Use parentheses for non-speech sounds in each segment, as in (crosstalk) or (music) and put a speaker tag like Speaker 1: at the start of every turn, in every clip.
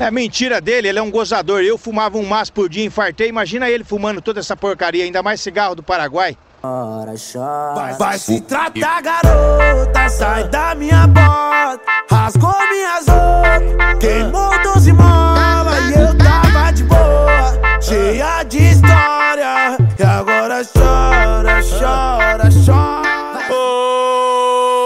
Speaker 1: É mentira dele, ele é um gozador. Eu fumava um maço por dia, infartei. Imagina ele fumando toda essa porcaria, ainda mais cigarro do Paraguai.
Speaker 2: Chora, chora. Vai, vai se tratar, garota. Sai da minha bota. Rasgou minhas roupas. Queimou 12 molas. E eu tava de boa. Cheia de história. E agora chora, chora, chora.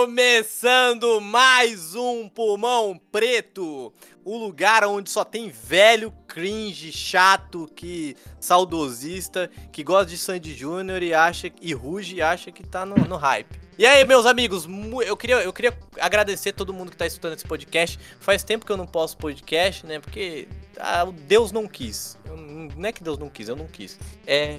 Speaker 3: Começando mais um Pulmão Preto, o lugar onde só tem velho cringe, chato, que saudosista, que gosta de Sandy Júnior e acha e ruge e acha que tá no, no hype. E aí, meus amigos, mu- eu queria, eu queria agradecer todo mundo que tá escutando esse podcast. Faz tempo que eu não posto podcast, né? Porque ah, o Deus não quis. Eu não- não é que Deus não quis, eu não quis. É,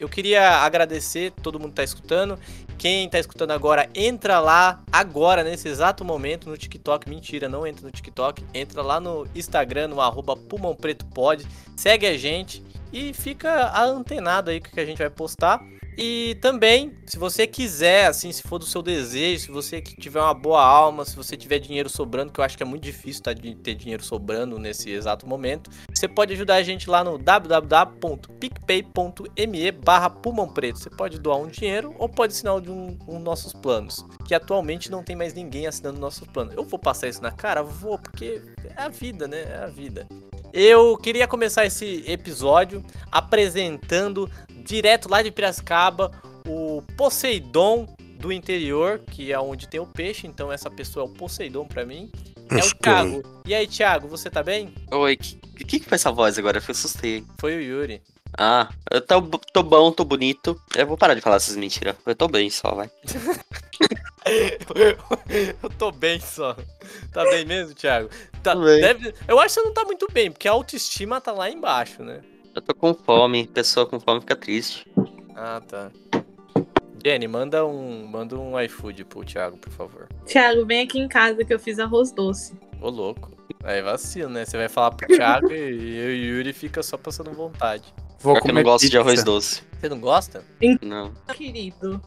Speaker 3: eu queria agradecer todo mundo que tá escutando. Quem tá escutando agora, entra lá agora, nesse exato momento, no TikTok. Mentira, não entra no TikTok. Entra lá no Instagram, no arroba Pulmão Preto Pod. Segue a gente e fica antenado aí com o que a gente vai postar. E também, se você quiser, assim, se for do seu desejo, se você que tiver uma boa alma, se você tiver dinheiro sobrando, que eu acho que é muito difícil tá, de ter dinheiro sobrando nesse exato momento, você pode ajudar a gente lá no www.picpay.me barra Pulmão Preto. Você pode doar um dinheiro ou pode assinar um, um nossos planos, que atualmente não tem mais ninguém assinando nossos planos. Eu vou passar isso na cara? Vou, porque é a vida, né? É a vida. Eu queria começar esse episódio apresentando direto lá de Piracicaba, o Poseidon do interior, que é onde tem o peixe, então essa pessoa é o Poseidon pra mim. É o Thiago. E aí, Thiago, você tá bem?
Speaker 4: Oi, que, que que foi essa voz agora? Eu assustei.
Speaker 3: Foi o Yuri.
Speaker 4: Ah, eu tô, tô bom, tô bonito. Eu vou parar de falar essas mentiras. Eu tô bem só, vai.
Speaker 3: eu tô bem só. Tá bem mesmo, Thiago? Tá,
Speaker 4: Tô bem.
Speaker 3: deve- eu acho que você não tá muito bem, porque a autoestima tá lá embaixo, né?
Speaker 4: Eu tô com fome. Pessoa com fome fica triste.
Speaker 3: Ah, tá. Jenny, manda um, manda um iFood pro Thiago, por favor.
Speaker 5: Thiago, vem aqui em casa que eu fiz arroz doce.
Speaker 3: Ô, louco. Aí vacilo, né? Você vai falar pro Thiago e eu e o Yuri fica só passando vontade.
Speaker 6: Vou
Speaker 4: Porque eu não gosto de
Speaker 6: pizza.
Speaker 4: arroz doce.
Speaker 3: Você não gosta?
Speaker 4: Não.
Speaker 5: Querido.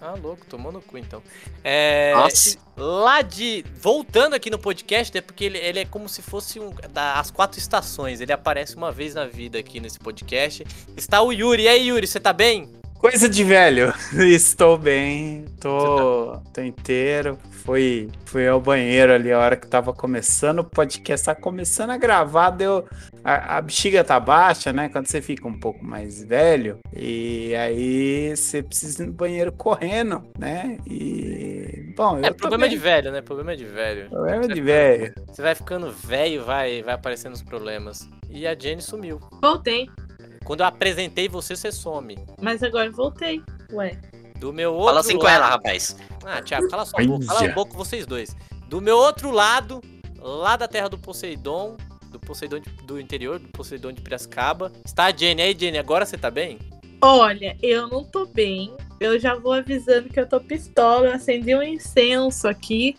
Speaker 3: Ah, louco, tomou no cu então. É.
Speaker 4: Nossa.
Speaker 3: Lá de. Voltando aqui no podcast, é porque ele, ele é como se fosse um. Das quatro estações. Ele aparece uma vez na vida aqui nesse podcast. Está o Yuri. E aí, Yuri, você tá bem?
Speaker 6: Coisa de velho. (laughs) Estou bem, tô, tô inteiro. Fui, fui ao banheiro ali a hora que tava começando o podcast, tá começando a gravar, deu. A, a bexiga tá baixa, né? Quando você fica um pouco mais velho, e aí você precisa ir no banheiro correndo, né? E. Bom, eu
Speaker 3: É,
Speaker 6: tô
Speaker 3: problema de
Speaker 6: bem.
Speaker 3: é. velho, né? Problema de velho.
Speaker 6: Problema é de velho.
Speaker 3: Você vai ficando velho, vai, vai aparecendo os problemas. E a Jenny sumiu.
Speaker 5: Voltei,
Speaker 3: Quando eu apresentei você, você some.
Speaker 5: mas agora eu voltei. Ué.
Speaker 3: Do meu outro
Speaker 4: (laughs) Fala assim com ela,
Speaker 3: lado-
Speaker 4: rapaz.
Speaker 3: Ah, Thiago, cala sua boca. Cala a
Speaker 6: Olha.
Speaker 3: boca vocês dois. Do meu outro lado, lá da terra do Poseidon, do Poseidon de- do interior, do Poseidon de Piracicaba, está a Jenny. Aí, Jenny, agora você tá bem?
Speaker 5: Olha, eu não tô bem. Eu já vou avisando que eu tô pistola. Eu acendi um incenso aqui.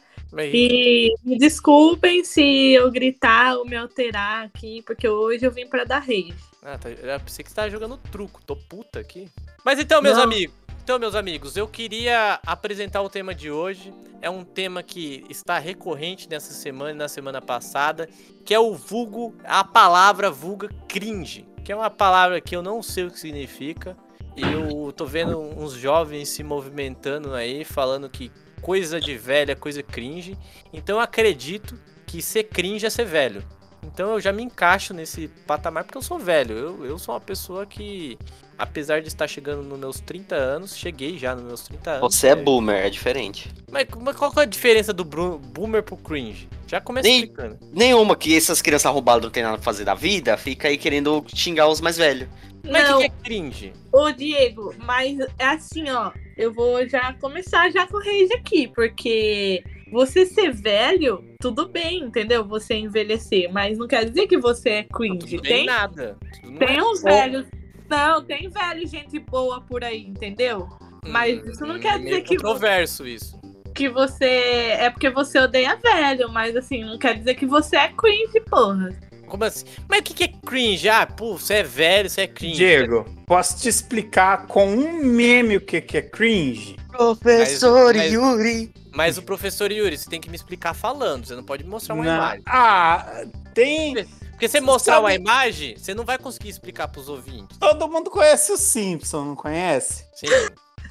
Speaker 5: E me desculpem se eu gritar ou me alterar aqui, porque hoje eu vim pra dar rei.
Speaker 3: Ah, tá, eu pensei que você tava jogando truco. Tô puta aqui. Mas então, meus
Speaker 5: Não.
Speaker 3: amigos. Então, meus amigos, eu queria apresentar o tema de hoje. É um tema que está recorrente nessa semana e na semana passada, que é o vulgo, a palavra vulga cringe, que é uma palavra que eu não sei o que significa. E eu tô vendo uns jovens se movimentando aí, falando que coisa de velho é coisa cringe. Então eu acredito que ser cringe é ser velho. Então eu já me encaixo nesse patamar porque eu sou velho. Eu, eu sou uma pessoa que, apesar de estar chegando nos meus 30 anos, cheguei já nos meus 30 anos.
Speaker 4: Você é
Speaker 3: né?
Speaker 4: boomer, é diferente.
Speaker 3: Mas, mas qual que é a diferença do bru- boomer pro cringe? Já começa
Speaker 4: Nem-
Speaker 3: explicando.
Speaker 4: Nenhuma que essas crianças roubadas não tem nada pra fazer da vida, fica aí querendo xingar os mais velhos.
Speaker 3: Mas o
Speaker 5: não,
Speaker 3: que que é cringe?
Speaker 5: ô Diego, mas é assim, ó. Eu vou já começar já com o rage aqui, porque você ser velho, tudo bem, entendeu? Você envelhecer, mas não quer dizer que você é cringe.
Speaker 3: Tudo
Speaker 5: Tem,
Speaker 3: bem nada. Tudo não
Speaker 5: tem
Speaker 3: é
Speaker 5: uns
Speaker 3: bom.
Speaker 5: velhos. Não, tem velho gente boa por aí, entendeu? mas isso não quer
Speaker 3: meio
Speaker 5: dizer que-
Speaker 3: controverso isso.
Speaker 5: Que você. É porque você odeia velho, mas assim, não quer dizer que você é cringe, porra.
Speaker 3: Como assim? Mas o que que é cringe? Ah, pô, você é velho, você é cringe.
Speaker 6: Diego, posso te explicar com um meme o que, que é cringe?
Speaker 3: Professor Mas- mas-
Speaker 4: Yuri.
Speaker 3: Mas o professor Yuri, você tem que me explicar falando, você não pode me mostrar é uma
Speaker 6: Na-
Speaker 3: imagem.
Speaker 6: Ah, tem.
Speaker 3: Porque você mostrar uma
Speaker 6: Sabe-
Speaker 3: imagem, você não vai conseguir explicar pros ouvintes.
Speaker 6: Todo mundo conhece o Simpson, não conhece? (laughs)
Speaker 3: Sim.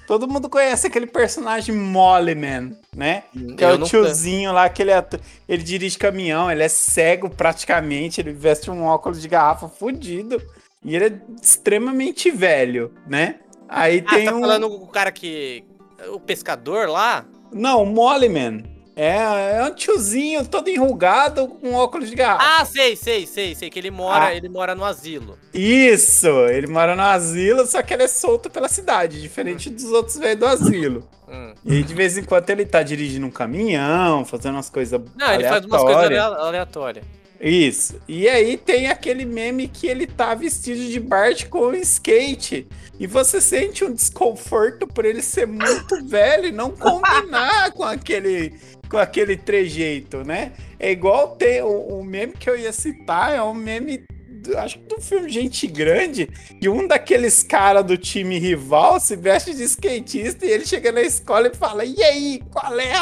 Speaker 6: Todo mundo conhece aquele personagem Mollyman, né? Que é o
Speaker 3: não-
Speaker 6: tiozinho lá que ele, atu- ele dirige caminhão, ele é cego praticamente, ele veste um óculos de garrafa fudido e ele é extremamente velho, né? Aí
Speaker 3: Ah,
Speaker 6: tem
Speaker 3: tá
Speaker 6: um.
Speaker 3: falando com o cara que. O pescador lá?
Speaker 6: Não, Mollyman. É, é um tiozinho todo enrugado com óculos de garrafa.
Speaker 3: Ah, sei, sei, sei, sei. Que ele mora,
Speaker 6: Ah.
Speaker 3: ele mora no asilo.
Speaker 6: Isso! Ele mora no asilo, só que ele é solto pela cidade, diferente dos outros velhos do asilo.
Speaker 3: Hum.
Speaker 6: E de vez em quando ele tá dirigindo um caminhão, fazendo umas coisas.
Speaker 3: Não, ele faz umas coisas
Speaker 6: aleatórias.
Speaker 3: alea- aleatórias.
Speaker 6: Isso. E aí tem aquele meme que ele tá vestido de Bart com um skate. E você sente um desconforto por ele ser
Speaker 3: (laughs)
Speaker 6: muito velho e não combinar com aquele com aquele trejeito, né? É igual ter o, o meme que eu ia citar, é um meme do- acho que do filme Gente Grande, que um daqueles caras do time rival se veste de skatista e ele chega na escola e fala: "E aí, qual é,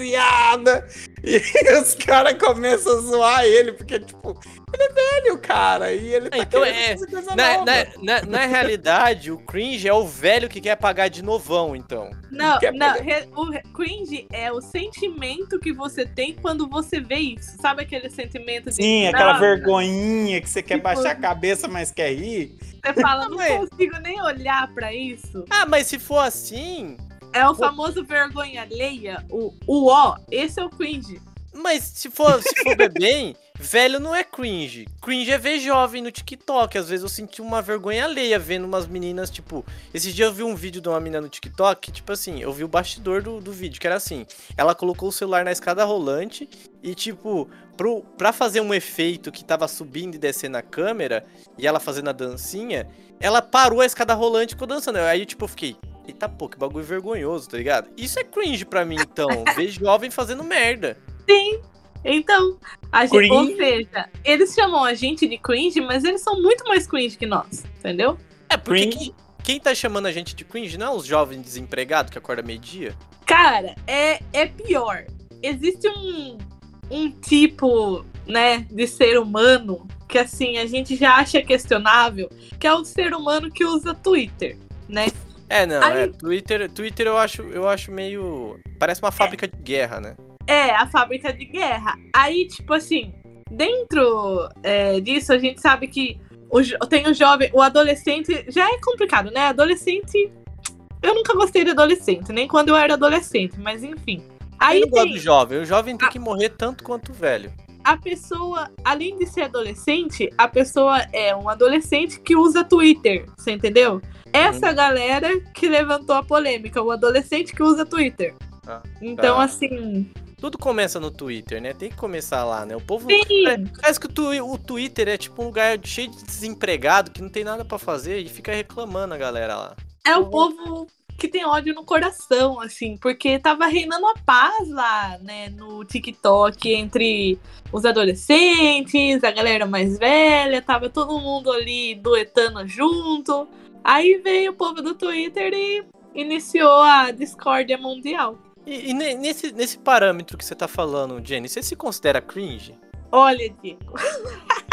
Speaker 6: rapaziada?" E (laughs) os caras começam a zoar ele, porque, tipo, ele é velho, cara. E ele tá
Speaker 3: então
Speaker 6: querendo
Speaker 3: é-
Speaker 6: fazer coisa
Speaker 3: Na,
Speaker 6: nova.
Speaker 3: na- na- na realidade, o cringe é o velho que quer pagar de novão, então.
Speaker 5: Não,
Speaker 6: Quer
Speaker 5: não, re- o re- cringe é o sentimento que você tem quando você vê isso. Sabe aquele sentimento de.
Speaker 6: Sim, aquela
Speaker 5: Não,
Speaker 6: vergonhinha que você quer
Speaker 5: Tipo-
Speaker 6: baixar a cabeça, mas quer rir.
Speaker 5: Você fala, não
Speaker 3: Ué.
Speaker 5: consigo nem olhar pra isso.
Speaker 3: Ah, mas se for assim.
Speaker 5: É o famoso vergonha alheia, o, o ó, esse é o cringe.
Speaker 3: Mas se for, se for ver bem, (laughs) velho não é cringe. Cringe é ver jovem no TikTok. Às vezes eu senti uma vergonha alheia vendo umas meninas, tipo. Esses dias eu vi um vídeo de uma menina no TikTok, que, tipo assim, eu vi o bastidor do, do vídeo, que era assim. Ela colocou o celular na escada rolante e, tipo, pro, pra fazer um efeito que tava subindo e descendo a câmera, e ela fazendo a dancinha, ela parou a escada rolante e ficou dançando. Aí, tipo, eu fiquei. Eita, pô, que bagulho vergonhoso, tá ligado? Isso é cringe pra mim, então. Ver jovem fazendo merda.
Speaker 5: Então, a gente, ou
Speaker 6: Cringe.
Speaker 5: seja, eles chamam a gente de cringe, mas eles são muito mais cringe que nós, entendeu?
Speaker 3: É, porque
Speaker 6: Cringe.
Speaker 3: quem, quem tá chamando a gente de cringe não é os jovens desempregados que acorda meio-dia?
Speaker 5: Cara, é, é pior. Existe um, um tipo, né, de ser humano que assim, a gente já acha questionável, que é o ser humano que usa Twitter, né?
Speaker 3: É, não,
Speaker 5: Ai.
Speaker 3: é. Twitter, Twitter eu, acho, eu acho meio. Parece uma fábrica de guerra, né?
Speaker 5: É, a fábrica de guerra. Aí, tipo assim, dentro é, disso, a gente sabe que o, jo- tem o jovem, o adolescente. Já é complicado, né? Adolescente. Eu nunca gostei de adolescente, nem quando eu era adolescente, mas enfim. Aí
Speaker 3: eu não gosto
Speaker 5: tem Ah.
Speaker 3: do jovem. O jovem tem que morrer tanto quanto o velho.
Speaker 5: a pessoa, além de ser adolescente, a pessoa é um adolescente que usa Twitter, você entendeu?
Speaker 3: Uhum.
Speaker 5: Essa galera que levantou a polêmica, o adolescente que usa Twitter.
Speaker 3: Ah,
Speaker 5: Então,
Speaker 3: tá.
Speaker 5: assim.
Speaker 3: Tudo começa no Twitter, né? Tem que começar lá, né? O povo.
Speaker 5: Sim,
Speaker 3: Parece que o, twi- o Twitter é tipo um lugar cheio de desempregado que não tem nada pra fazer e fica reclamando a galera lá.
Speaker 5: É o povo que tem ódio no coração, assim, porque tava reinando a paz lá, né, no TikTok entre os adolescentes, a galera mais velha, tava todo mundo ali duetando junto. Aí veio o povo do Twitter e iniciou a discórdia mundial.
Speaker 3: E, e ne- nesse, nesse parâmetro que você tá falando, Jenny, você se considera cringe?
Speaker 5: Olha, Diego. (laughs)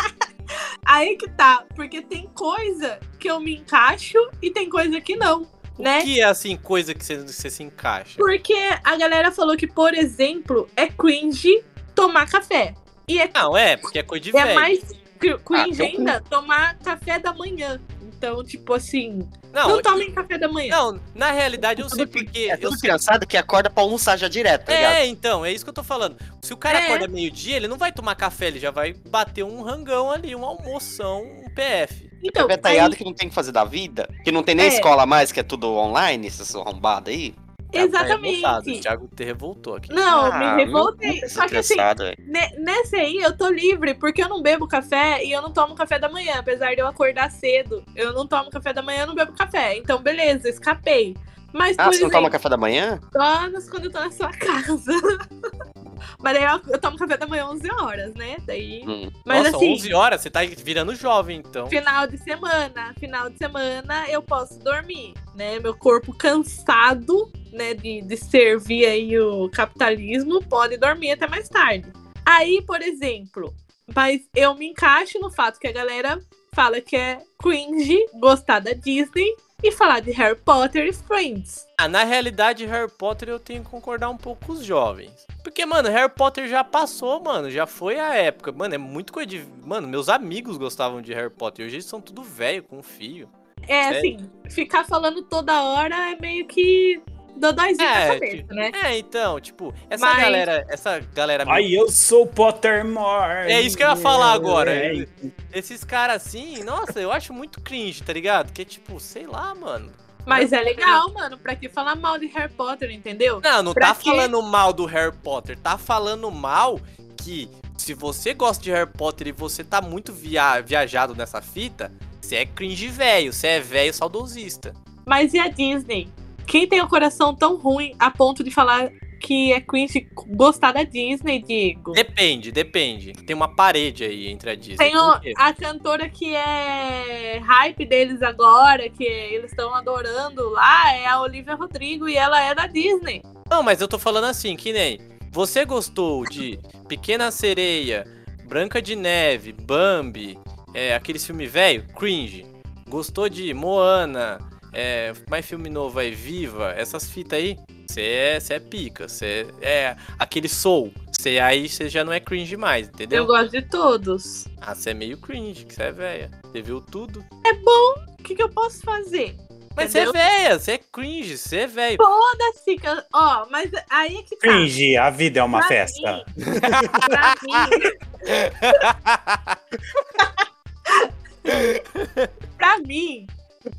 Speaker 5: Aí que tá, porque tem coisa que eu me encaixo e tem coisa que não,
Speaker 3: O
Speaker 5: né?
Speaker 3: que é assim, coisa que você, você se encaixa?
Speaker 5: Porque a galera falou que, por exemplo, é cringe tomar café. E é,
Speaker 3: Não, é, porque é coisa de
Speaker 5: é
Speaker 3: velho.
Speaker 5: mais cr- cringe
Speaker 4: Ah, então-
Speaker 5: ainda tomar café da manhã. Então, tipo assim,
Speaker 3: Não,
Speaker 5: não, tomem café da manhã.
Speaker 3: não, na realidade eu sei porque.
Speaker 4: É
Speaker 3: eu
Speaker 4: tudo
Speaker 3: sei-
Speaker 4: criançada que acorda pra almoçar já direto, tá ligado?
Speaker 3: É, então, é isso que eu tô falando. Se o cara
Speaker 5: É.
Speaker 3: acorda meio-dia, ele não vai tomar café, ele já vai bater um rangão ali, um almoção, um PF.
Speaker 5: Então,
Speaker 4: Retalhado tá
Speaker 5: aí-
Speaker 4: que não tem o que fazer da vida, que não tem nem
Speaker 5: É.
Speaker 4: escola mais, que é tudo online, essas arrombadas aí. é
Speaker 3: Thiago tá revoltado, O
Speaker 5: exatamente.
Speaker 3: Thiago te revoltou aqui.
Speaker 5: Não,
Speaker 4: Ah,
Speaker 5: me revoltei.
Speaker 4: muito
Speaker 5: Só que assim,
Speaker 4: estressado, velho.
Speaker 5: ne- nessa aí eu tô livre, porque eu não bebo café e eu não tomo café da manhã. Apesar de eu acordar cedo, eu não tomo café da manhã, eu não bebo café. Então, beleza, escapei. Mas,
Speaker 4: Ah, você
Speaker 5: por
Speaker 4: não
Speaker 5: exemplo,
Speaker 4: toma café da manhã?
Speaker 5: Só nas- quando eu tô na sua casa. (laughs) Mas daí eu, eu tomo café da manhã 11 horas, né? Daí.
Speaker 4: Hum.
Speaker 5: Mas
Speaker 3: Nossa,
Speaker 5: assim,
Speaker 3: 11 horas, você tá virando jovem, então.
Speaker 5: final de semana. Final de semana eu posso dormir, né? Meu corpo cansado né, de, de servir aí o capitalismo, pode dormir até mais tarde. Aí, por exemplo, mas eu me encaixo no fato que a galera fala que é cringe gostar da Disney e falar de Harry Potter e Friends.
Speaker 3: Ah, na realidade, Harry Potter eu tenho que concordar um pouco com os jovens. Porque, mano, Harry Potter já passou, mano. Já foi a época. Mano, é muito coisa de. Mano, meus amigos gostavam de Harry Potter. Hoje eles são tudo velho, com um fio.
Speaker 5: É,
Speaker 3: Sério?
Speaker 5: assim, ficar falando toda hora é meio que dodóizinho na
Speaker 3: É,
Speaker 5: cabeça,
Speaker 3: tipo,
Speaker 5: né?
Speaker 3: é, então, tipo, essa
Speaker 5: Mas-
Speaker 3: galera. Essa galera.
Speaker 6: Ai, eu sou Pottermore.
Speaker 3: É isso que eu ia falar agora.
Speaker 6: É,
Speaker 3: Esses caras assim, nossa, eu acho muito cringe, tá ligado? Que é tipo, sei lá, mano.
Speaker 5: Mas é legal, mano, pra que falar mal de Harry Potter, entendeu?
Speaker 3: Não, não
Speaker 5: Pra
Speaker 3: tá
Speaker 5: quê?
Speaker 3: falando mal do Harry Potter, tá falando mal que se você gosta de Harry Potter e você tá muito via- viajado nessa fita, você é cringe velho, você é velho saudosista.
Speaker 5: Mas e a Disney? Quem tem o coração tão ruim a ponto de falar que é cringe gostar da Disney, Diego?
Speaker 3: Depende, depende. Tem uma parede aí entre a Disney.
Speaker 5: Tem o-
Speaker 3: Por quê?
Speaker 5: a cantora que é hype deles agora, que eles estão adorando lá, é a Olivia Rodrigo e ela é da Disney.
Speaker 3: Não, mas eu tô falando assim, que nem você gostou de Pequena Sereia, Branca de Neve, Bambi, é, aquele filme velho, cringe. Gostou de Moana, é, mais filme novo aí, Viva, essas fitas aí, você é, cê é pica, você é, é aquele soul. Você aí você já não é cringe mais,
Speaker 5: Eu
Speaker 3: entendeu?
Speaker 5: gosto de todos.
Speaker 3: Ah, você é meio cringe, que você é velha. Você viu tudo.
Speaker 5: É bom, o que, que eu posso fazer?
Speaker 3: Mas você é
Speaker 5: Entendeu?
Speaker 3: velha, você é cringe, você é velho.
Speaker 5: Foda-se, assim, que eu- ó, mas aí é que tá.
Speaker 6: Finge, a vida é uma
Speaker 5: Pra
Speaker 6: festa.
Speaker 5: mim- pra mim-
Speaker 3: (laughs)
Speaker 5: Pra mim,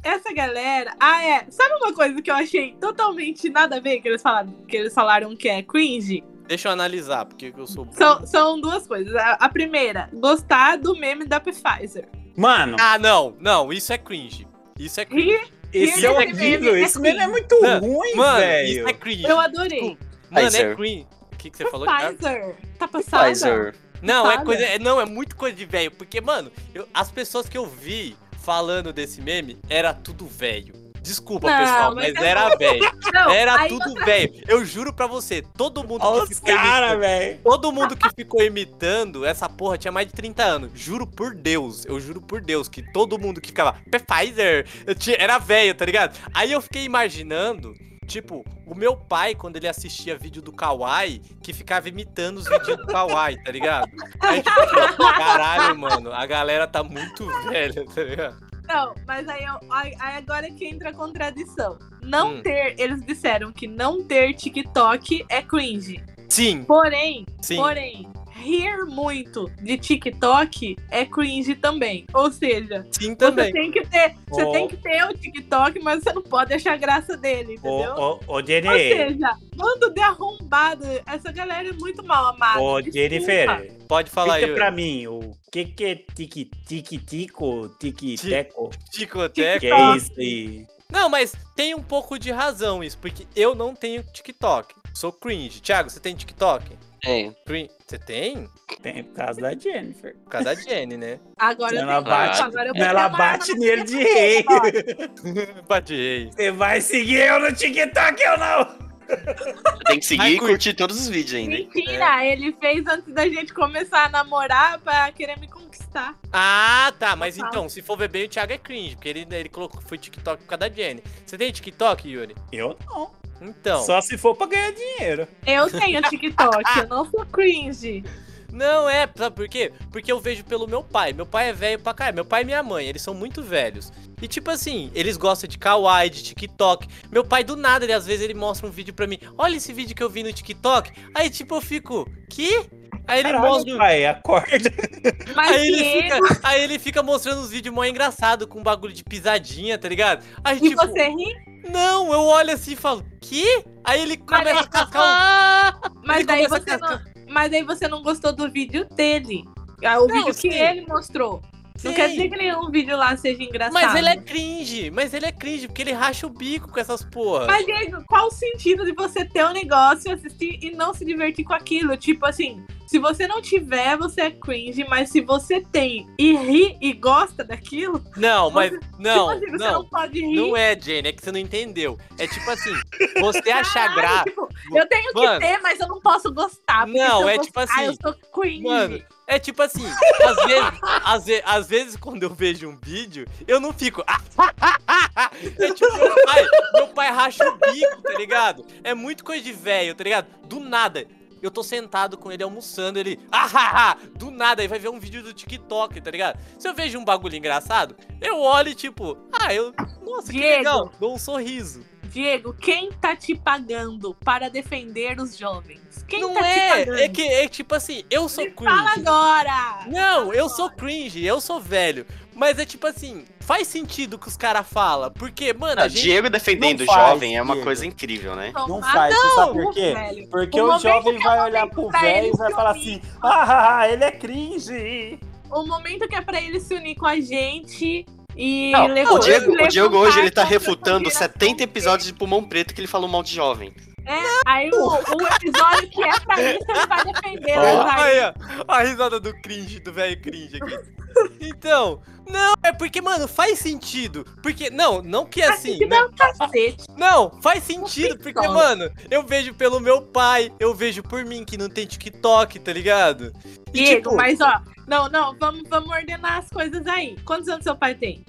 Speaker 5: essa galera. Ah, é. Sabe uma coisa que eu achei totalmente nada a ver que eles falaram que, eles falaram que é cringe?
Speaker 3: Deixa eu analisar, porque eu sou. burro.
Speaker 5: São, são duas coisas. A, a primeira, gostar do meme da Pfizer.
Speaker 6: Mano,
Speaker 3: Ah, não, não, isso é cringe. Isso é cringe.
Speaker 5: E
Speaker 6: esse é
Speaker 5: esse
Speaker 6: horrível.
Speaker 5: meme é
Speaker 6: Esse meme é muito
Speaker 3: Mano,
Speaker 6: ruim,
Speaker 3: Mano, isso é
Speaker 6: velho.
Speaker 3: cringe.
Speaker 5: eu adorei.
Speaker 3: Mano, é
Speaker 4: Pfizer.
Speaker 3: cringe. O que, que você falou? Thiago?
Speaker 5: Pfizer. Tá passada?
Speaker 4: Pfizer.
Speaker 3: Não, é
Speaker 5: Fala.
Speaker 3: coisa. é- Não, é muito coisa de velho. Porque, mano, eu- as pessoas que eu vi falando desse meme era tudo velho. Desculpa,
Speaker 5: Não,
Speaker 3: pessoal, mas
Speaker 5: mas é
Speaker 3: era velho.
Speaker 5: Não,
Speaker 3: Era
Speaker 5: aí
Speaker 3: tudo velho. Eu juro pra você, todo mundo
Speaker 6: Olha
Speaker 3: que
Speaker 6: os
Speaker 3: ficou imitando-
Speaker 6: caras, velho.
Speaker 3: Todo mundo que ficou imitando essa porra tinha mais de 30 anos. Juro por Deus, eu juro por Deus que todo mundo que ficava Pfizer eu tinha- era velho, tá ligado? Aí eu fiquei imaginando, tipo, o meu pai, quando ele assistia vídeo do Kawaii, que ficava imitando os vídeos do Kawaii, tá ligado? Aí, tipo, eu falei, caralho, mano, a galera tá muito velha, tá ligado?
Speaker 5: Não, mas aí, eu- aí- aí agora é que entra a contradição. Não
Speaker 3: Hum.
Speaker 5: ter, eles disseram que não ter TikTok é cringe.
Speaker 3: Sim,
Speaker 5: Porém,
Speaker 3: sim.
Speaker 5: porém, rir muito de TikTok é cringe também. Ou seja,
Speaker 3: Sim
Speaker 5: você
Speaker 3: também.
Speaker 5: tem que ter, você
Speaker 6: Ó.
Speaker 5: tem que ter o TikTok, mas você não pode achar graça dele,
Speaker 6: Ô,
Speaker 5: entendeu?
Speaker 6: ô, ô,
Speaker 5: Ou
Speaker 6: Jenny.
Speaker 5: seja, bando de arrombado, essa galera é muito mal amada.
Speaker 6: Ô,
Speaker 5: desculpa.
Speaker 6: Jennifer.
Speaker 3: Pode falar aí.
Speaker 6: Explica pra mim o que que é tique-tique-tico, tique-teco?
Speaker 3: Ticoteco.
Speaker 6: Que é isso aí?
Speaker 3: Não, mas tem um pouco de razão isso, porque eu não tenho TikTok. Sou cringe. Thiago, você tem TikTok?
Speaker 4: Tem.
Speaker 3: Crin- Você tem?
Speaker 6: Tem por causa da Jennifer.
Speaker 3: Por causa da Jenny, né?
Speaker 5: Agora eu
Speaker 6: Ela
Speaker 5: tenho
Speaker 6: bate-
Speaker 5: agora eu vou
Speaker 6: Ela
Speaker 5: dar uma arma
Speaker 6: bate
Speaker 5: na
Speaker 6: nele
Speaker 5: cabeça
Speaker 6: de
Speaker 5: dele
Speaker 6: rei.
Speaker 5: agora.
Speaker 3: Badiei.
Speaker 6: Você vai seguir eu no TikTok ou não?
Speaker 4: Tem que seguir
Speaker 3: Ai,
Speaker 4: e curtir todos os vídeos
Speaker 3: né?
Speaker 4: ainda. hein?
Speaker 5: Mentira, ele fez antes da gente começar a namorar pra querer me conquistar.
Speaker 3: Ah, tá. Mas
Speaker 5: Total.
Speaker 3: então, se for ver bem, o Thiago é cringe, porque ele, ele colocou foi TikTok por causa da Jenny. Você tem TikTok, Yuri?
Speaker 6: Eu não.
Speaker 3: Então.
Speaker 6: Só se for pra ganhar dinheiro.
Speaker 5: Eu tenho TikTok, eu não sou cringe.
Speaker 3: Não é, sabe por quê? Porque eu vejo pelo meu pai. Meu pai é velho pra caralho. Meu pai e minha mãe, eles são muito velhos. E tipo assim, eles gostam de kawaii, de TikTok. Meu pai do nada, ele às vezes ele mostra um vídeo pra mim. Olha esse vídeo que eu vi no TikTok. Aí tipo eu fico, que? Aí ele mostra,
Speaker 6: Caralho, pai, acorda.
Speaker 5: Mas
Speaker 3: aí ele
Speaker 5: Diego,
Speaker 3: fica, aí ele fica mostrando uns vídeos mó engraçado com um bagulho de pisadinha, tá ligado? Aí
Speaker 5: e
Speaker 3: tipo,
Speaker 5: você ri,
Speaker 3: não, eu olho assim e falo, que? Aí ele
Speaker 5: Mas
Speaker 3: começa
Speaker 5: aí-
Speaker 3: a cascar um...
Speaker 5: mas
Speaker 3: Ele
Speaker 5: daí
Speaker 3: começa
Speaker 5: você
Speaker 3: a
Speaker 5: não, mas daí você não gostou do vídeo dele. Ah, O
Speaker 3: Não,
Speaker 5: vídeo
Speaker 3: sim.
Speaker 5: que ele mostrou. Não quer dizer que nenhum vídeo lá seja engraçado.
Speaker 3: Mas ele é cringe, mas ele é cringe, porque ele racha o bico com essas porra.
Speaker 5: Mas, Diego, qual o sentido de você ter um negócio, assistir e não se divertir com aquilo? Tipo assim, se você não tiver, você é cringe, mas se você tem e ri e gosta daquilo,
Speaker 3: Não, mas. Não,
Speaker 5: tipo assim, você
Speaker 3: não.
Speaker 5: não pode rir.
Speaker 3: Não é, Jane, é que você não entendeu. É tipo assim,
Speaker 5: (laughs)
Speaker 3: você achar
Speaker 5: Caralho,
Speaker 3: graça.
Speaker 5: tipo, eu tenho
Speaker 3: Mano.
Speaker 5: que ter, mas eu não posso gostar. porque
Speaker 3: Não,
Speaker 5: se eu
Speaker 3: é
Speaker 5: gostar,
Speaker 3: tipo assim,
Speaker 5: eu sou cringe.
Speaker 3: Mano, é tipo assim, às vezes, às, ve- às vezes quando eu vejo um vídeo, eu não fico. "Ah, é tipo meu pai, meu pai racha o bico, tá ligado? É muito coisa de velho, tá ligado? Do nada. Eu tô sentado com ele almoçando, ele. "Ah, do nada, aí vai ver um vídeo do TikTok, tá ligado? Se eu vejo um bagulho engraçado, eu olho e tipo, ah, eu. Nossa, que
Speaker 5: Diego.
Speaker 3: legal! Dou um sorriso.
Speaker 5: Diego, quem tá te pagando para defender os jovens? Quem
Speaker 3: não
Speaker 5: tá te pagando?
Speaker 3: é, é que é tipo assim, eu sou cringe.
Speaker 5: Fala agora!
Speaker 3: Não, eu sou cringe, eu sou velho. Mas é tipo assim, faz sentido o que os caras falam. Porque, mano,
Speaker 4: Não,
Speaker 3: a gente.
Speaker 4: Diego defendendo
Speaker 6: não
Speaker 4: o
Speaker 6: faz,
Speaker 4: jovem é uma
Speaker 6: Diego.
Speaker 4: coisa incrível, né?
Speaker 6: Não
Speaker 5: Ah,
Speaker 6: faz, você sabe
Speaker 5: não,
Speaker 6: por quê?
Speaker 5: velho.
Speaker 6: Porque
Speaker 5: O
Speaker 6: o,
Speaker 5: momento
Speaker 6: jovem
Speaker 5: que
Speaker 6: vai
Speaker 5: eu
Speaker 6: olhar
Speaker 5: momento
Speaker 6: pro
Speaker 5: pra
Speaker 6: velho
Speaker 5: ele
Speaker 6: e vai
Speaker 5: se
Speaker 6: falar
Speaker 5: unir.
Speaker 6: assim: ah, ele é cringe.
Speaker 5: O momento que é pra ele se unir com a gente e
Speaker 4: Não,
Speaker 5: levar-
Speaker 4: o Diego, o Diego
Speaker 5: levantar
Speaker 4: hoje ele tá
Speaker 5: contra essa
Speaker 4: refutando
Speaker 5: geração
Speaker 4: 70
Speaker 5: dele.
Speaker 4: episódios de Pulmão Preto que ele falou mal de jovem.
Speaker 5: Aí o, o episódio que é pra isso, ele vai defender.
Speaker 6: Ó.
Speaker 5: ele vai-
Speaker 3: Aí, ó, a risada do cringe, do velho cringe (laughs) aqui. Então, não, é porque, mano, faz sentido. Porque, não, não que
Speaker 5: Tá
Speaker 3: assim.
Speaker 5: sentindo
Speaker 3: né?
Speaker 5: é um cacete.
Speaker 3: Não, faz sentido, porque,
Speaker 5: TikTok.
Speaker 3: mano, eu vejo pelo meu pai, eu vejo por mim que não tem TikTok, tá ligado?
Speaker 5: Diego, mas ó, não, não, vamos, vamos ordenar as coisas aí. Quantos anos seu pai tem?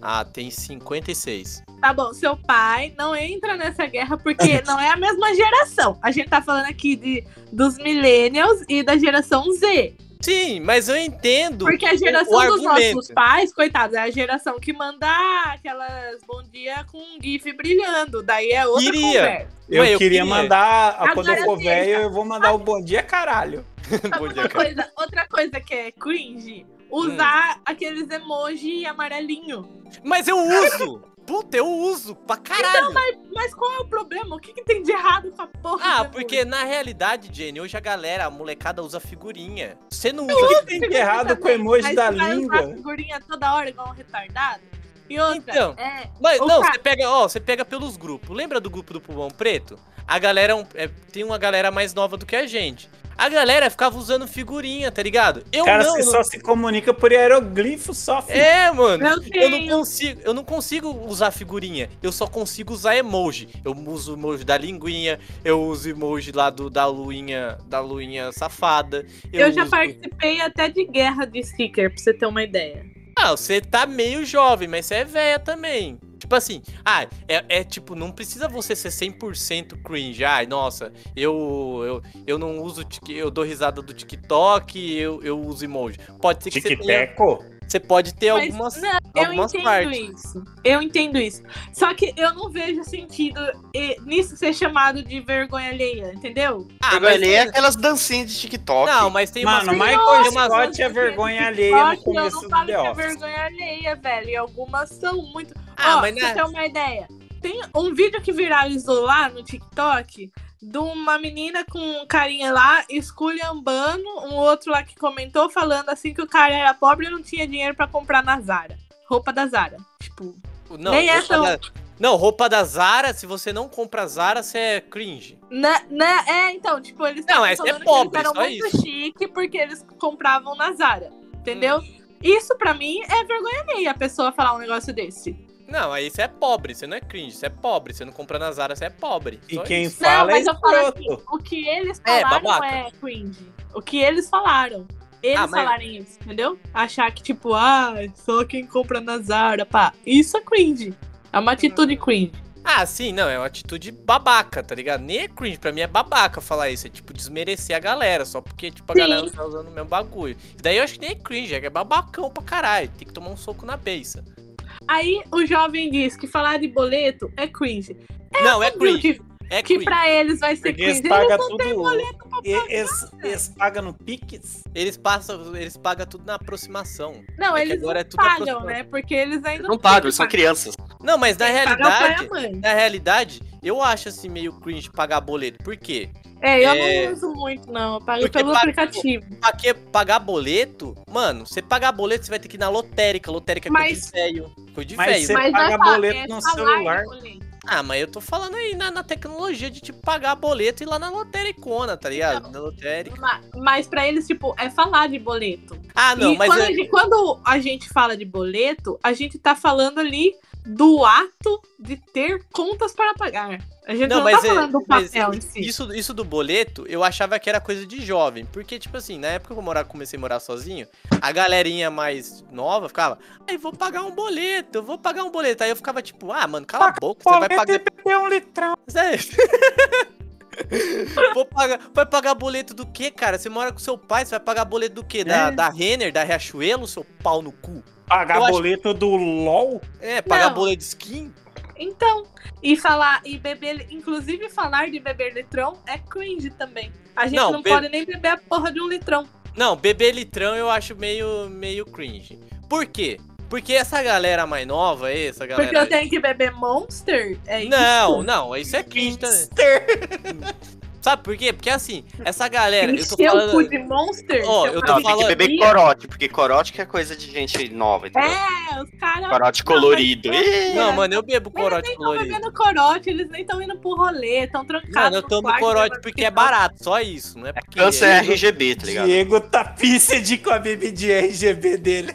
Speaker 3: Ah, tem 56.
Speaker 5: Tá bom, seu pai não entra nessa guerra
Speaker 3: (laughs)
Speaker 5: porque não é a mesma geração. A gente tá falando aqui de, dos millennials e da geração Z.
Speaker 3: Sim, mas eu entendo.
Speaker 5: Porque a geração
Speaker 3: o
Speaker 5: dos
Speaker 3: argumento.
Speaker 5: nossos pais, coitados, é a geração que manda aquelas bom dia com um gif brilhando. Daí é outra
Speaker 3: Queria.
Speaker 5: conversa.
Speaker 6: Eu,
Speaker 3: Ué, eu
Speaker 6: queria
Speaker 3: queria.
Speaker 6: mandar, ah, quando
Speaker 5: Agora
Speaker 6: eu for
Speaker 5: sim.
Speaker 6: velho, eu vou mandar o bom dia, caralho.
Speaker 5: Sabe
Speaker 3: (laughs) Bom dia,
Speaker 5: outra,
Speaker 3: cara.
Speaker 5: coisa, outra coisa que é cringe? Usar
Speaker 3: Hum.
Speaker 5: aqueles emoji amarelinho.
Speaker 3: Mas eu uso! Puta, eu uso pra caralho!
Speaker 5: Mas qual é o problema? O que, que tem de errado com a porra?
Speaker 3: Ah,
Speaker 5: do
Speaker 3: porque na realidade, Jenny, hoje a galera, a molecada usa figurinha. Você não
Speaker 6: O
Speaker 3: usa.
Speaker 6: que tem de errado com o emoji
Speaker 5: Aí
Speaker 6: da
Speaker 5: você vai usar
Speaker 6: língua?
Speaker 5: figurinha toda hora igual um retardado. E outra,
Speaker 3: Então.
Speaker 5: é,
Speaker 3: Mas
Speaker 5: Ô,
Speaker 3: não,
Speaker 5: cara.
Speaker 3: você pega, ó, você pega pelos grupos. Lembra do grupo do Pulmão Preto? A galera é um- é, tem uma galera mais nova do que a gente. A galera ficava usando figurinha, tá ligado? Eu
Speaker 6: Cara,
Speaker 3: não.
Speaker 6: você só se comunica por hieroglifo, só filho.
Speaker 3: É, mano.
Speaker 5: Eu
Speaker 3: Eu não
Speaker 5: tenho.
Speaker 3: consigo, eu não consigo usar figurinha. Eu só consigo usar emoji. Eu uso emoji da linguinha, eu uso emoji lá do da luinha, da luinha safada.
Speaker 5: Eu, já
Speaker 3: uso-
Speaker 5: participei até de guerra de sticker, pra você ter uma ideia.
Speaker 3: Ah, você tá meio jovem, mas você é velha também. Tipo assim, ah, é, é tipo, não precisa você ser 100% cringe. Ai, nossa, eu, eu, eu não uso, tik- eu dou risada do TikTok, eu, eu uso emoji. Pode ser que você tenha,
Speaker 6: Tic-teco?
Speaker 3: você pode ter
Speaker 5: Mas,
Speaker 3: algumas...
Speaker 5: não,
Speaker 3: algumas
Speaker 5: eu entendo
Speaker 3: partes.
Speaker 5: isso. Eu entendo isso. Só que eu não vejo sentido eh, nisso ser chamado de vergonha alheia, entendeu?
Speaker 3: Ah,
Speaker 4: Vergonha alheia é aquelas dancinhas de TikTok.
Speaker 3: Não, mas tem umas
Speaker 6: Mano,
Speaker 3: coisas-
Speaker 6: Michael
Speaker 3: tem umas-
Speaker 6: Scott é vergonha alheia no
Speaker 5: TikTok,
Speaker 6: começo
Speaker 5: Eu não
Speaker 6: do
Speaker 5: falo que
Speaker 6: The
Speaker 5: é
Speaker 6: Office.
Speaker 5: vergonha alheia, velho. E algumas são muito.
Speaker 3: Ah,
Speaker 5: Ó,
Speaker 3: mas
Speaker 5: pra você
Speaker 3: na-
Speaker 5: ter uma ideia. Tem um vídeo que viralizou lá no TikTok de uma menina com um carinha lá esculhambando um outro lá que comentou falando assim que o cara era pobre e não tinha dinheiro pra comprar na Zara. Roupa da Zara. Tipo,
Speaker 3: Não,
Speaker 5: Nem
Speaker 3: roupa
Speaker 5: essa eu-
Speaker 3: da... não, roupa da Zara, se você não compra Zara, você é cringe.
Speaker 5: né, né? É, então, tipo, eles
Speaker 3: Não,
Speaker 5: tavam
Speaker 3: é- é
Speaker 5: falando que
Speaker 3: pobre,
Speaker 5: eles eram
Speaker 3: só
Speaker 5: muito
Speaker 3: isso.
Speaker 5: chique porque eles compravam na Zara. Entendeu?
Speaker 3: Hum.
Speaker 5: Isso pra mim é vergonha alheia a pessoa falar um negócio desse.
Speaker 3: Não, aí você é pobre, você não é cringe, você é pobre. Você não compra na Zara, você é pobre.
Speaker 6: E
Speaker 3: Só
Speaker 6: quem
Speaker 3: isso.
Speaker 5: Não,
Speaker 6: fala é
Speaker 5: mas eu falo assim,
Speaker 6: escroto.
Speaker 5: o que eles
Speaker 3: É,
Speaker 5: falaram
Speaker 3: babaca.
Speaker 5: é, cringe. O que eles falaram. Eles
Speaker 3: Ah, mas-
Speaker 5: falarem isso, entendeu? Achar que, tipo, ah, só quem compra na Zara, pá. Isso é cringe. É uma atitude cringe.
Speaker 3: Ah, sim, não, é uma atitude babaca, tá ligado? Nem é cringe, pra mim é babaca falar isso. É tipo desmerecer a galera, só porque, tipo, a
Speaker 5: Sim.
Speaker 3: galera não tá usando o mesmo bagulho. E daí eu acho que nem é cringe, é que é babacão pra caralho. Tem que tomar um soco na beça.
Speaker 5: Aí o jovem diz que falar de boleto é cringe.
Speaker 3: não, é
Speaker 5: Viu
Speaker 3: cringe.
Speaker 5: que,
Speaker 3: É
Speaker 5: que
Speaker 3: cringe.
Speaker 5: pra eles vai ser
Speaker 6: Porque
Speaker 5: cringe.
Speaker 6: eles
Speaker 5: Eles
Speaker 6: pagam
Speaker 5: não têm
Speaker 6: tudo.
Speaker 5: boleto pra
Speaker 3: é
Speaker 6: e- Eles, eles pagam no Pix.
Speaker 3: Eles passam, eles pagam tudo na aproximação.
Speaker 5: Não,
Speaker 3: É que
Speaker 5: eles
Speaker 3: agora
Speaker 5: não
Speaker 3: é tudo
Speaker 5: pagam,
Speaker 3: aproximado.
Speaker 5: né? Porque eles ainda
Speaker 4: Eles não pagam, eles são crianças.
Speaker 3: Não, mas na
Speaker 5: Pagar o pai e
Speaker 3: realidade.
Speaker 5: a mãe.
Speaker 3: Na realidade, eu acho assim meio cringe pagar boleto. Por quê?
Speaker 5: É, eu
Speaker 3: É.
Speaker 5: não uso muito, não. Eu pago
Speaker 3: Porque
Speaker 5: pelo
Speaker 3: paga-
Speaker 5: aplicativo.
Speaker 3: Pra que pagar boleto? Mano, você pagar boleto, você vai ter que ir na lotérica. Lotérica é coisa
Speaker 5: Mas-
Speaker 3: de velho. Coisa de
Speaker 6: Mas
Speaker 3: velho.
Speaker 6: você-
Speaker 5: Mas
Speaker 6: paga
Speaker 5: vai falar,
Speaker 6: boleto
Speaker 5: é
Speaker 6: no
Speaker 5: falar
Speaker 6: celular.
Speaker 5: em boleto.
Speaker 3: Ah, mas eu tô falando aí na, na tecnologia de, tipo, pagar boleto e ir lá na lotericona, tá ligado? Na lotérica.
Speaker 5: Ma- Mas pra eles, tipo, é falar de boleto.
Speaker 3: Ah, não,
Speaker 5: e
Speaker 3: mas...
Speaker 5: quando,
Speaker 3: eu-
Speaker 5: a gente, quando a gente fala de boleto, a gente tá falando ali do ato de ter contas para pagar. A gente
Speaker 3: Não,
Speaker 5: não,
Speaker 3: mas
Speaker 5: tá
Speaker 3: é-
Speaker 5: falando do
Speaker 3: mas
Speaker 5: papel em si.
Speaker 3: Isso, isso do boleto, eu achava que era coisa de jovem. Porque, tipo assim, na época que eu morava, comecei a morar sozinho, a galerinha mais nova ficava, aí vou pagar um boleto, eu vou pagar um boleto. Aí eu ficava tipo, ah, mano, cala a boca, você vai pagar.
Speaker 6: beber um litrão.
Speaker 3: Zé. (laughs) É. Vou pagar, vai pagar boleto do quê, cara? Você mora com seu pai, você vai pagar boleto do quê? Da,
Speaker 6: É.
Speaker 3: da Renner, da Riachuelo, seu pau no cu?
Speaker 6: Pagar
Speaker 3: Eu acho-
Speaker 6: boleto do LOL?
Speaker 3: É, pagar
Speaker 5: Não.
Speaker 3: boleto de skin?
Speaker 5: Então, e falar, e beber, inclusive falar de beber litrão é cringe também. A gente
Speaker 3: Não,
Speaker 5: não,
Speaker 3: be-
Speaker 5: pode nem beber a porra de um litrão.
Speaker 3: Não, bebê litrão eu acho meio, meio cringe. Por quê? Porque essa galera mais nova aí, essa galera...
Speaker 5: Porque eu tenho que beber Monster? É isso?
Speaker 3: Não, não, isso é cringe também. (laughs) Sabe por quê? Porque assim, essa galera... Eu tô
Speaker 5: Encher o cu
Speaker 3: falando...
Speaker 5: de Monster?
Speaker 3: Ó,
Speaker 5: que
Speaker 3: eu tô
Speaker 4: Não, tem
Speaker 5: falei
Speaker 4: que
Speaker 3: falando-
Speaker 4: beber
Speaker 5: dia?
Speaker 4: corote, porque corote que é coisa de gente nova, entendeu?
Speaker 5: É, os caras...
Speaker 4: Corote colorido. Ih,
Speaker 3: Não, mano, eu bebo
Speaker 5: Mas eles
Speaker 3: corote
Speaker 5: nem estão
Speaker 3: colorido.
Speaker 5: bebendo corote, eles nem estão indo pro rolê, estão
Speaker 3: Mano,
Speaker 5: trancados.
Speaker 3: eu
Speaker 5: no
Speaker 3: tomo
Speaker 5: quarto,
Speaker 3: corote
Speaker 5: né?
Speaker 3: porque é barato, só isso, não é porque...
Speaker 4: Câncer é RGB, tá ligado?
Speaker 6: Diego tá pissed com a bebida RGB dele.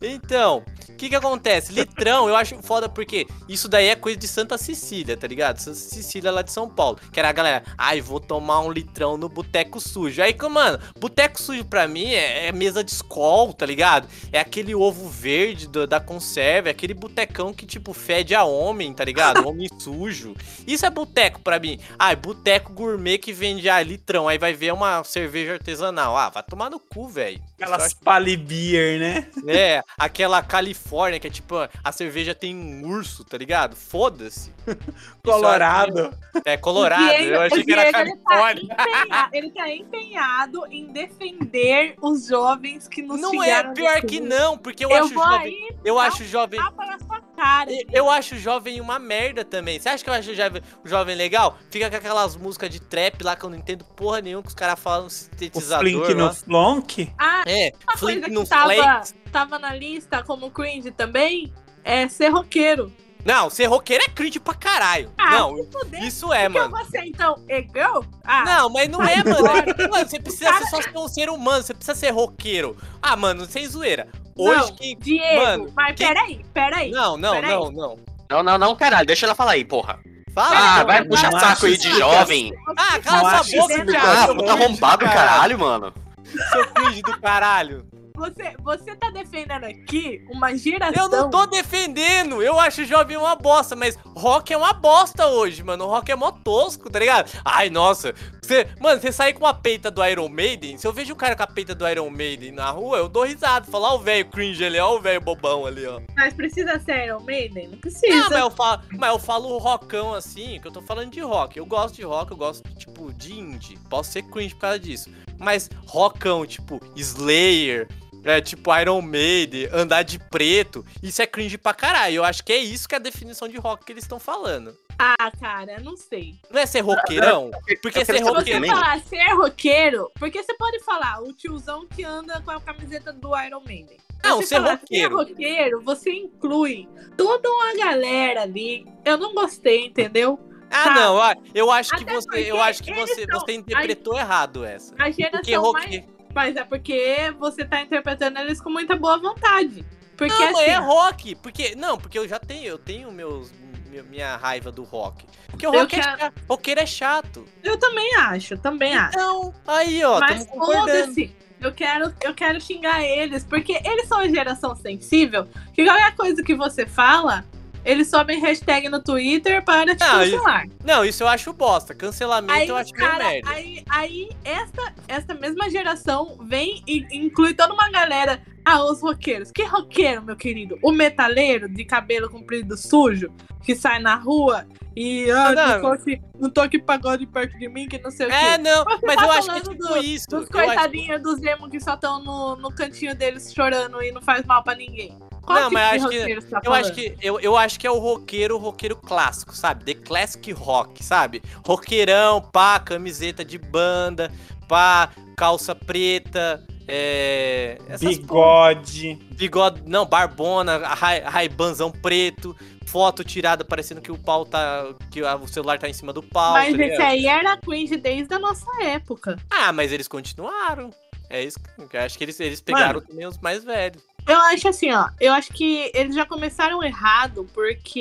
Speaker 3: Então, o que que acontece? Litrão, eu acho foda porque isso daí é coisa de Santa Cecília, tá ligado? Santa Cecília lá de São Paulo. Que era a galera, ai, vou tomar um litrão no boteco sujo. Aí, que, mano, boteco sujo pra mim é, é mesa de escol, tá ligado? É aquele ovo verde do- da conserva, é aquele botecão que, tipo, fede a homem, tá ligado? Homem sujo. Isso é boteco pra mim. Ai, boteco gourmet que vende, ah, litrão. Aí vai ver uma cerveja artesanal. Ah, vai tomar no cu, velho.
Speaker 6: Aquelas palibier, né?
Speaker 3: É, aquela Califórnia que é tipo, a cerveja tem um urso, tá
Speaker 6: (laughs)
Speaker 3: ligado? Foda-se.
Speaker 6: Colorado.
Speaker 3: Isso É, é colorado.
Speaker 5: O Diego-
Speaker 3: Eu achei
Speaker 5: o
Speaker 3: que era
Speaker 5: Diego, ele tá
Speaker 3: Califórnia.
Speaker 5: empenha- Ele tá empenhado em defender os jovens que nos
Speaker 3: Não
Speaker 5: tiraram
Speaker 3: é
Speaker 5: do
Speaker 3: pior
Speaker 5: cu.
Speaker 3: que não, porque eu,
Speaker 5: assim. Eu
Speaker 3: acho
Speaker 5: vou
Speaker 3: jovem.
Speaker 5: aí
Speaker 3: Eu
Speaker 5: dar um
Speaker 3: acho jovem.
Speaker 5: tapa na sua cara. gente.
Speaker 3: Eu acho jovem uma merda também. Você acha que eu acho jovem, jovem legal? Fica com aquelas músicas de trap lá que eu não entendo porra nenhuma que os caras falam um
Speaker 6: O
Speaker 3: sintetizador.
Speaker 6: Flink no
Speaker 3: lá.
Speaker 6: Flonk.
Speaker 5: Ah,
Speaker 3: É,
Speaker 5: uma coisa
Speaker 3: Flink
Speaker 5: que
Speaker 3: no
Speaker 5: tava,
Speaker 3: Flex.
Speaker 5: tava na lista como cringe também é ser roqueiro.
Speaker 3: Não, ser roqueiro é cringe pra caralho.
Speaker 5: Ah,
Speaker 3: não,
Speaker 5: se fuder.
Speaker 3: isso é,
Speaker 5: Porque
Speaker 3: mano.
Speaker 5: você, então, é girl? Ah,
Speaker 3: Não, mas não é, mano. Mano, você precisa ser só ser um ser humano, você precisa ser roqueiro. Ah, mano, sem zoeira. Hoje
Speaker 5: Não.
Speaker 3: quem.
Speaker 5: Diego,
Speaker 3: Mano,
Speaker 5: mas
Speaker 3: quem-
Speaker 5: peraí, peraí.
Speaker 3: Não, não,
Speaker 5: Peraí.
Speaker 3: não, não.
Speaker 4: Não, não, não, caralho. Deixa ela falar aí, porra.
Speaker 3: Fala.
Speaker 4: Ah,
Speaker 5: Peraí,
Speaker 4: vai
Speaker 6: mano.
Speaker 4: puxar
Speaker 6: Não
Speaker 4: saco aí de
Speaker 6: acho-
Speaker 4: jovem.
Speaker 3: Ah, cala
Speaker 6: Macho
Speaker 3: sua boca,
Speaker 5: escroto.
Speaker 3: cara.
Speaker 4: Ah,
Speaker 3: seu
Speaker 4: puta
Speaker 3: cringe do
Speaker 4: arrombado, caralho, mano.
Speaker 3: Seu cringe do caralho.
Speaker 5: Você, você tá defendendo aqui uma geração.
Speaker 3: Eu não tô defendendo. Eu acho jovem uma bosta, mas rock é uma bosta hoje, mano. O rock é mó tosco, tá ligado? Ai, nossa. Você, mano, você sair com a peita do Iron Maiden, se eu vejo um cara com a peita do Iron Maiden na rua, eu dou risada. Falar, ó, o velho cringe ali, ó, o velho bobão ali, ó.
Speaker 5: Mas precisa ser Iron Maiden? Não
Speaker 3: Não,
Speaker 5: precisa.
Speaker 3: Ah, mas eu, falo, mas eu falo rockão assim, que eu tô falando de rock. Eu gosto de rock, eu gosto, tipo, de indie. Posso ser cringe por causa disso. Mas rockão, tipo, Slayer, é, tipo Iron Maiden, andar de preto, isso é cringe pra caralho. Eu acho que é isso que é a definição de rock que eles estão falando.
Speaker 5: Ah, cara, não sei.
Speaker 3: Não é ser roqueirão? Porque
Speaker 4: Eu
Speaker 3: ser
Speaker 4: quero saber
Speaker 5: Se
Speaker 3: roqueiro.
Speaker 5: você
Speaker 4: também.
Speaker 5: falar ser roqueiro, porque você pode falar o tiozão que anda com a camiseta do Iron Maiden.
Speaker 3: Não,
Speaker 5: Você
Speaker 3: ser
Speaker 5: falar
Speaker 3: roqueiro.
Speaker 5: Ser roqueiro, você inclui toda uma galera ali. Eu não gostei, entendeu?
Speaker 3: Ah,
Speaker 5: tá.
Speaker 3: não, ó, eu acho que
Speaker 5: Até
Speaker 3: você,
Speaker 5: porque
Speaker 3: eu acho que
Speaker 5: eles
Speaker 3: você,
Speaker 5: são-
Speaker 3: você interpretou errado essa.
Speaker 5: A
Speaker 3: Porque
Speaker 5: geração mais.
Speaker 3: rock
Speaker 5: Mas é porque você tá interpretando eles com muita boa vontade. Porque
Speaker 3: não,
Speaker 5: assim.
Speaker 3: é rock. Porque, não, porque eu já tenho, eu tenho meus, mi- minha raiva do rock. Porque o
Speaker 5: Eu
Speaker 3: rock é
Speaker 5: quero-
Speaker 3: chato, roqueiro é chato.
Speaker 5: Eu também acho, também acho.
Speaker 3: Então, aí, ó,
Speaker 5: Mas
Speaker 3: estamos concordando.
Speaker 5: foda-se. Eu quero, eu quero xingar eles, porque eles são uma geração sensível, que qualquer coisa que você fala, eles sobem hashtag no Twitter para te
Speaker 3: Ah, isso-
Speaker 5: cancelar.
Speaker 3: Não, isso eu acho bosta. Cancelamento
Speaker 5: Aí,
Speaker 3: eu acho meio
Speaker 5: cara,
Speaker 3: merda.
Speaker 5: aí, aí esta, esta mesma geração vem e inclui toda uma galera. Ah, os roqueiros. Que roqueiro, meu querido? O metaleiro de cabelo comprido sujo, que sai na rua e ah,
Speaker 3: Não,
Speaker 5: não, toque, não toque pagode perto de mim, que não sei o quê.
Speaker 3: É, não,
Speaker 5: Você
Speaker 3: mas
Speaker 5: tá
Speaker 3: eu acho que é
Speaker 5: falando
Speaker 3: tipo
Speaker 5: do-
Speaker 3: isso.
Speaker 5: Dos
Speaker 3: eu acho-
Speaker 5: coitadinhos dos emo que só estão no, no cantinho deles chorando e não faz mal pra ninguém. Qual
Speaker 3: não,
Speaker 5: tipo
Speaker 3: mas
Speaker 5: de
Speaker 3: acho que-
Speaker 5: roqueiro você tá
Speaker 3: Eu acho,
Speaker 5: falando?
Speaker 3: que, eu, eu acho que é o roqueiro, o roqueiro clássico, sabe? The Classic Rock, sabe? Roqueirão, pá, camiseta de banda, pá, calça preta, é... essas
Speaker 6: Bigode.
Speaker 3: bigode, não, barbona, rai- raibanzão preto, foto tirada parecendo que o pau tá, que a- o celular tá em cima do pau. tá
Speaker 5: Mas esse é-
Speaker 3: ligado?
Speaker 5: aí era cringe desde a nossa época.
Speaker 3: Ah, mas eles continuaram. É isso que eu acho que eles, eles pegaram também os mais velhos.
Speaker 5: Eu acho assim, ó. Eu acho que eles já começaram errado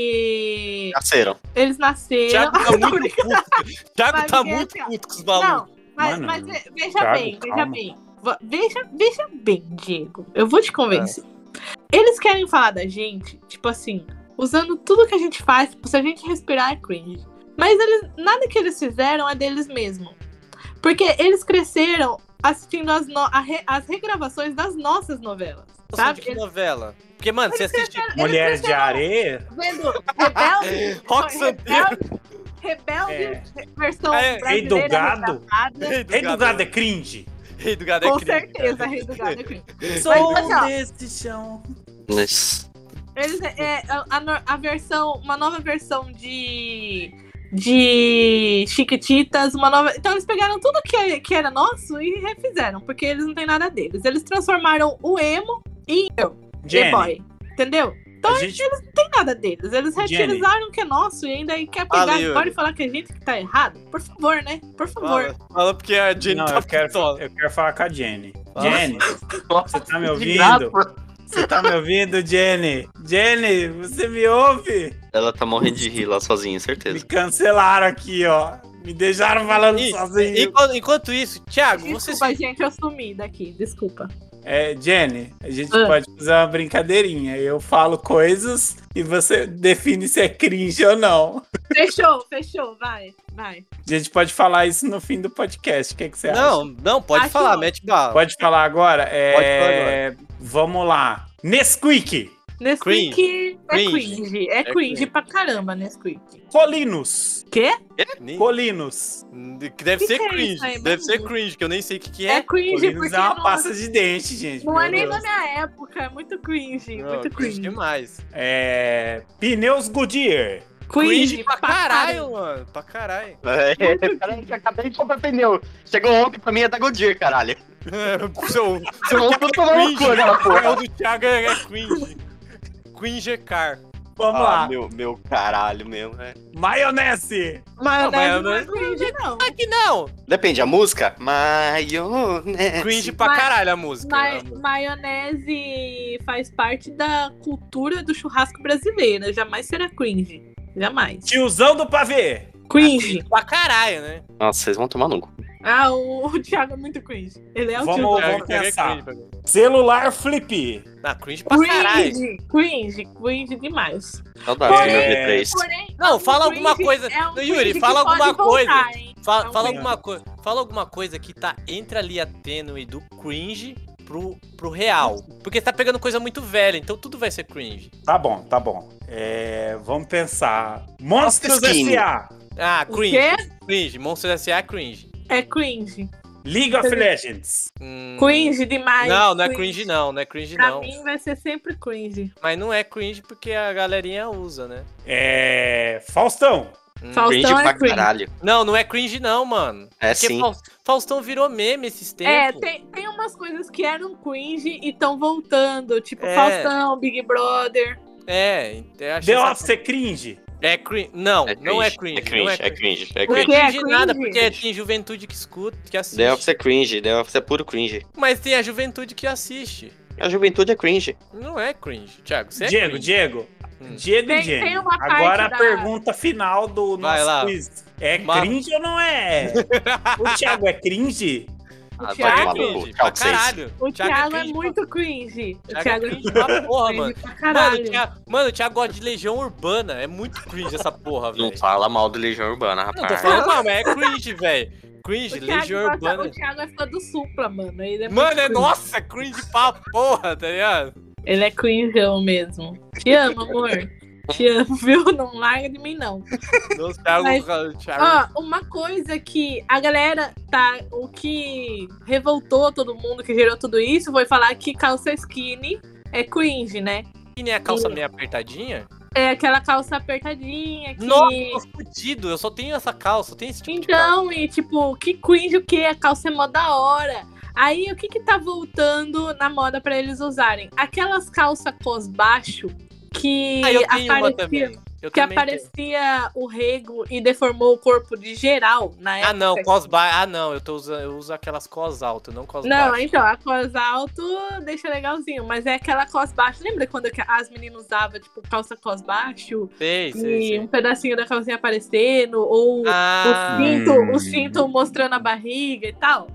Speaker 5: porque
Speaker 4: Nasceram.
Speaker 5: eles
Speaker 3: O
Speaker 5: nasceram.
Speaker 3: Thiago
Speaker 5: (laughs)
Speaker 3: tá muito puto. O Thiago
Speaker 5: Mas
Speaker 3: tá
Speaker 5: porque,
Speaker 3: muito
Speaker 5: assim, ó,
Speaker 3: puto com os malucos.
Speaker 5: Não, mas,
Speaker 6: Mano,
Speaker 5: mas ve- veja
Speaker 6: Thiago,
Speaker 5: bem, veja
Speaker 6: calma.
Speaker 5: bem. Va- Veja, veja bem, Diego. Eu vou te convencer. Eles querem falar da gente, tipo assim, usando tudo que a gente faz, tipo, se a gente respirar é cringe. Mas eles, nada que eles fizeram é deles mesmos. Porque eles cresceram assistindo as, no- a re- as regravações das nossas novelas.
Speaker 3: Nossa,
Speaker 5: Sabe? é
Speaker 3: de que
Speaker 5: Eles,
Speaker 3: novela? Porque, mano, você assiste
Speaker 5: eles
Speaker 6: Mulheres de um
Speaker 5: cresceram
Speaker 6: areia.
Speaker 5: Vendo Rebelde.
Speaker 3: (laughs) Rock
Speaker 5: não,
Speaker 3: Santeiro.
Speaker 5: Rebelde, Rebelde versão
Speaker 3: É, Rei
Speaker 5: brasileira.
Speaker 6: do Gado.
Speaker 5: redatada.
Speaker 6: Rei do gado é cringe.
Speaker 3: Rei do gado é
Speaker 5: Com
Speaker 3: crime, cara.
Speaker 5: certeza, Rei do Gado é crime.
Speaker 6: Sou
Speaker 5: mas, ó,
Speaker 6: deste chão.
Speaker 4: Mas...
Speaker 5: Eles, é, a, a no- a versão, uma nova versão de de Chiquititas, uma nova. Então eles pegaram tudo que, que era nosso e refizeram, porque eles não têm nada deles. Eles transformaram o emo em eu, The
Speaker 6: Jenny,
Speaker 5: Boy, entendeu? Então
Speaker 6: a
Speaker 5: eles
Speaker 6: gente-
Speaker 5: eles não têm nada deles. Eles
Speaker 6: Jenny.
Speaker 5: reutilizaram o que é nosso e ainda quer pegar
Speaker 3: Fala,
Speaker 5: agora
Speaker 3: Yuri.
Speaker 5: e falar que a gente que tá errado. Por favor, né? Por favor.
Speaker 3: Fala, fala porque a Jenny
Speaker 6: Não,
Speaker 3: tá
Speaker 6: eu quero,
Speaker 3: pistola.
Speaker 6: eu quero falar com a Jenny.
Speaker 3: Fala.
Speaker 6: Jenny,
Speaker 4: Nossa,
Speaker 6: você tá
Speaker 3: (laughs)
Speaker 6: me
Speaker 4: que graça.
Speaker 6: ouvindo? Você tá me ouvindo, Jenny? Jenny, você me ouve?
Speaker 4: Ela tá morrendo de rir lá sozinha,
Speaker 6: Me
Speaker 4: certeza.
Speaker 6: cancelaram aqui, ó. Me deixaram falando
Speaker 3: E-
Speaker 6: sozinho.
Speaker 3: Enquanto, enquanto isso, Thiago, vocês.
Speaker 5: Desculpa, gente, eu sumi daqui, desculpa.
Speaker 6: É, Jenny, a gente
Speaker 5: Ah.
Speaker 6: pode fazer uma brincadeirinha. Eu falo coisas e você define se é cringe ou não.
Speaker 5: Fechou, (laughs) fechou, vai, vai.
Speaker 6: A gente pode falar isso no fim do podcast. O que, que você
Speaker 3: Não, não, pode
Speaker 5: Acho
Speaker 3: falar,
Speaker 5: não.
Speaker 3: mete bala.
Speaker 6: acha? Pode falar agora? É,
Speaker 3: Pode falar
Speaker 6: Vamos lá. Nesquik,
Speaker 5: Nesquik é
Speaker 3: Cringe.
Speaker 5: cringe. É,
Speaker 3: É
Speaker 5: cringe
Speaker 3: cringe.
Speaker 5: pra caramba, Nesquik.
Speaker 6: Colinos,
Speaker 5: Quê?
Speaker 3: Nem-
Speaker 6: Colinos.
Speaker 3: Que Deve
Speaker 5: Que
Speaker 3: ser
Speaker 5: que é
Speaker 3: cringe,
Speaker 5: isso aí,
Speaker 3: deve
Speaker 5: mano?
Speaker 3: ser cringe, que eu nem sei o que, que
Speaker 5: É,
Speaker 3: é.
Speaker 5: cringe
Speaker 6: Colinos
Speaker 5: porque
Speaker 6: é uma
Speaker 5: não,
Speaker 6: pasta de dente, gente.
Speaker 5: não
Speaker 6: meu
Speaker 5: é nem
Speaker 6: Deus.
Speaker 5: da minha época, é muito cringe,
Speaker 3: Não,
Speaker 5: muito cringe.
Speaker 3: demais.
Speaker 6: É, Pneus Goodyear.
Speaker 3: Cringe, pra caralho, mano. Pra caralho.
Speaker 4: (laughs) É, peraí, que eu acabei de comprar pneu. Chegou ontem pra mim até Godir,
Speaker 6: (laughs)
Speaker 4: caralho.
Speaker 3: (laughs) seu
Speaker 4: Seu ombro tomou
Speaker 3: cringe.
Speaker 4: no cu aquela
Speaker 3: o
Speaker 4: porra.
Speaker 3: do Thiago é Ah, é cringe. Cringe é car.
Speaker 6: Vamos lá.
Speaker 4: Ah, meu, meu caralho mesmo, é.
Speaker 6: Maionese.
Speaker 5: Maionese
Speaker 3: Não,
Speaker 5: não é
Speaker 3: maionese-
Speaker 5: cringe, não.
Speaker 3: Aqui não.
Speaker 4: Depende, a música? né? Maionese.
Speaker 3: Cringe pra
Speaker 5: Mas-
Speaker 3: caralho a música.
Speaker 5: Ma- maionese faz parte da cultura do churrasco brasileira. Jamais será cringe. Jamais.
Speaker 6: Tiozão do pavê.
Speaker 5: Cringe.
Speaker 3: Pra caralho, né?
Speaker 4: Nossa, vocês vão tomar no cu.
Speaker 5: Ah, o, (laughs) o Thiago é muito cringe. Ele é o
Speaker 6: Vamos-
Speaker 5: tio do-
Speaker 6: vamos
Speaker 3: Thiago- Thiago é
Speaker 6: pensar.
Speaker 3: cringe pra mim.
Speaker 6: Celular flip.
Speaker 3: Ah, cringe pra caralho.
Speaker 5: Cringe, é cringe, cringe demais.
Speaker 4: Saudades do meu
Speaker 6: Porém-
Speaker 4: V3.
Speaker 5: Porém,
Speaker 3: Não, fala
Speaker 5: o um cringe
Speaker 3: alguma coisa.
Speaker 5: é um
Speaker 3: Não, Yuri,
Speaker 5: cringe
Speaker 3: fala
Speaker 5: que pode
Speaker 3: alguma coisa.
Speaker 5: voltar, É um hein?
Speaker 3: Fala,
Speaker 5: Não
Speaker 3: fala
Speaker 5: tem.
Speaker 3: alguma coisa. Fala alguma coisa que tá entre a linha tênue do cringe pro, pro real. Porque tá pegando coisa muito velha, então tudo vai ser cringe.
Speaker 6: Tá bom, tá bom. É, vamos pensar. Monstros
Speaker 4: Nossa, skin.
Speaker 6: S.A.
Speaker 3: Ah,
Speaker 5: O
Speaker 3: cringe.
Speaker 5: quê?
Speaker 3: Cringe. Monstros S.A. é cringe.
Speaker 5: É cringe.
Speaker 6: League of Legends.
Speaker 3: Hum,
Speaker 5: Cringe demais.
Speaker 3: Não, não é cringe não, não é cringe
Speaker 5: Pra
Speaker 3: não.
Speaker 5: mim vai ser sempre cringe.
Speaker 3: Mas não é cringe porque a galerinha usa, né?
Speaker 6: É, Faustão.
Speaker 3: Hum.
Speaker 5: Fal-
Speaker 4: Cringe
Speaker 5: Faustão é
Speaker 4: pra
Speaker 5: cringe.
Speaker 4: caralho.
Speaker 3: Não, não é cringe não, mano.
Speaker 4: É
Speaker 3: Porque
Speaker 4: sim.
Speaker 3: Faus- Faustão virou meme esses
Speaker 5: É,
Speaker 3: tempos.
Speaker 5: tem, tem umas coisas que eram cringe e estão voltando. Tipo,
Speaker 3: É.
Speaker 5: Faustão, Big Brother.
Speaker 3: É, eu
Speaker 6: The
Speaker 3: achei essa-
Speaker 6: Office é cringe.
Speaker 3: É cringe. Não,
Speaker 4: É
Speaker 3: não é
Speaker 4: É
Speaker 3: cringe. não
Speaker 4: cringe, é cringe, é
Speaker 5: Não
Speaker 3: Não é
Speaker 4: cringe.
Speaker 5: Por quê? É
Speaker 3: cringe nada,
Speaker 5: cringe?
Speaker 3: porque tem juventude que escuta, que assiste.
Speaker 4: The Office é cringe, The Office é puro cringe.
Speaker 3: Mas tem a juventude que assiste.
Speaker 4: A juventude é cringe.
Speaker 3: Não é cringe, Thiago. Você é
Speaker 6: Diego,
Speaker 3: cringe.
Speaker 6: Diego.
Speaker 3: Hum.
Speaker 6: Diego
Speaker 5: Tem-
Speaker 6: e Jenny.
Speaker 5: tem uma parte
Speaker 6: Agora a
Speaker 5: da-
Speaker 6: pergunta final do
Speaker 3: Vai
Speaker 6: nosso
Speaker 3: lá.
Speaker 6: quiz. É
Speaker 3: Mano.
Speaker 6: cringe ou não é? o Thiago é cringe?
Speaker 4: Ah, vai
Speaker 5: Thiago
Speaker 4: tomar
Speaker 5: é
Speaker 4: no cu.
Speaker 3: cringe
Speaker 4: Tchau
Speaker 3: pra
Speaker 4: pra vocês.
Speaker 3: caralho.
Speaker 5: O Thiago é
Speaker 3: cringe
Speaker 5: muito cringe.
Speaker 3: pra- Thiago
Speaker 5: O Thiago
Speaker 3: é
Speaker 5: é
Speaker 3: cringe pra porra, mano.
Speaker 5: cringe pra
Speaker 3: Mano, o
Speaker 5: caralho.
Speaker 3: Thiago, é mano, o Thiago gosta de Legião Urbana. É muito cringe essa porra, velho.
Speaker 4: Não fala mal do Legião Urbana,
Speaker 3: Não, tô
Speaker 4: rapaz.
Speaker 3: falando mal, mas é cringe, velho. Cringe,
Speaker 5: O Thiago,
Speaker 3: Legião
Speaker 5: gosta-
Speaker 3: Urbana.
Speaker 5: o Thiago é fã do Supla, mano. Ele é muito
Speaker 3: Mano, é
Speaker 5: cringe.
Speaker 3: nossa, cringe pra porra, tá ligado?
Speaker 5: Ele é cringeão mesmo. Te amo, amor. Te amo, viu? (laughs) Não larga de mim, não.
Speaker 3: Nossa, Thiago,
Speaker 5: Mas-
Speaker 3: Thiago.
Speaker 5: Ó, uma coisa que a galera tá. O que revoltou todo mundo que gerou tudo isso foi falar que calça skinny é cringe, né?
Speaker 3: E nem a calça meio apertadinha?
Speaker 5: É aquela calça apertadinha. Que...
Speaker 3: Nossa, eu tô fudido. Eu só tenho essa calça, eu tenho esse tipo de calça.
Speaker 5: Então, e tipo, que cringe o que? A calça é mó da hora. Aí, o que que tá voltando na moda pra eles usarem? Aquelas calças cos baixo que
Speaker 3: Ah, eu tenho uma
Speaker 5: aparecia,
Speaker 3: também. Eu
Speaker 5: que
Speaker 3: também tenho.
Speaker 5: aparecia o rego e deformou o corpo de geral na época.
Speaker 3: Ah, não, cos ba... Ah, não, eu, tô usando, eu uso aquelas cos altas, não cos
Speaker 5: Não,
Speaker 3: baixas.
Speaker 5: então, a cos alto deixa legalzinho, mas é aquela cos baixo. Lembra quando que as meninas usavam, tipo, calça cos baixo?
Speaker 3: Sei,
Speaker 5: E
Speaker 3: sei, sei.
Speaker 5: um pedacinho da calcinha aparecendo, ou
Speaker 3: Ah,
Speaker 5: o, cinto,
Speaker 6: Hum.
Speaker 5: o cinto mostrando a barriga e tal.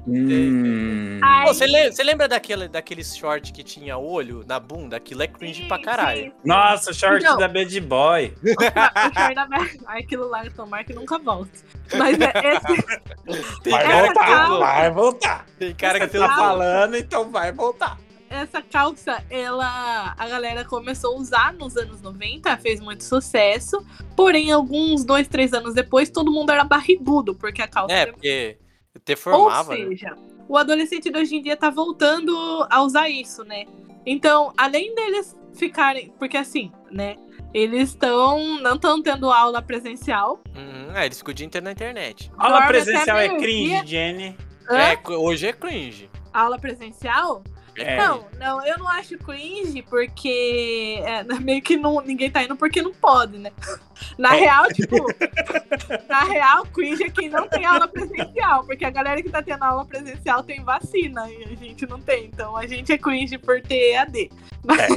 Speaker 6: Hum.
Speaker 5: Aí-
Speaker 3: Pô, você lembra, você lembra daquele, daquele short que tinha olho na bunda? Aquilo é cringe
Speaker 5: Sim,
Speaker 3: pra caralho.
Speaker 5: sim.
Speaker 6: Nossa, o short
Speaker 5: Então-
Speaker 6: da Bad Boy.
Speaker 5: O short da barriga. Ai, Aquilo lá, tomara que nunca volte. Mas é, esse-
Speaker 3: Tem
Speaker 6: Vai
Speaker 5: Essa
Speaker 3: cara,
Speaker 6: voltar,
Speaker 5: calça-
Speaker 6: vai voltar.
Speaker 3: tem cara que
Speaker 6: Você
Speaker 5: é
Speaker 3: tem
Speaker 6: tá
Speaker 3: os-
Speaker 6: falando, então vai voltar.
Speaker 5: essa calça, ela, a galera começou a usar nos anos 90, fez muito sucesso. Porém, alguns dois, três anos depois, todo mundo era barrigudo, porque a calça
Speaker 3: É,
Speaker 5: era
Speaker 3: porque
Speaker 5: Ou
Speaker 3: deformava. né?
Speaker 5: seja, o adolescente de hoje em dia tá voltando a usar isso, né? Então, além deles ficarem. Porque assim, né? Eles estão. não estão tendo aula presencial.
Speaker 3: Uhum, é, eles ficam o dia inteiro na internet.
Speaker 6: Aula
Speaker 5: Dorme
Speaker 6: presencial
Speaker 5: até
Speaker 6: é
Speaker 5: meio-dia.
Speaker 6: cringe, Jenny.
Speaker 5: Hã?
Speaker 3: É, co- hoje é cringe.
Speaker 5: Aula presencial?
Speaker 6: É.
Speaker 5: Não, não, eu não acho cringe, porque é, (laughs) meio que não, ninguém tá indo porque não pode, né? (laughs)
Speaker 3: É.
Speaker 5: Na real, tipo, na real, cringe é quem não tem aula presencial, porque a galera que tá tendo aula presencial tem vacina e a gente não tem, então a gente é cringe por ter (laughs) EAD. Mas,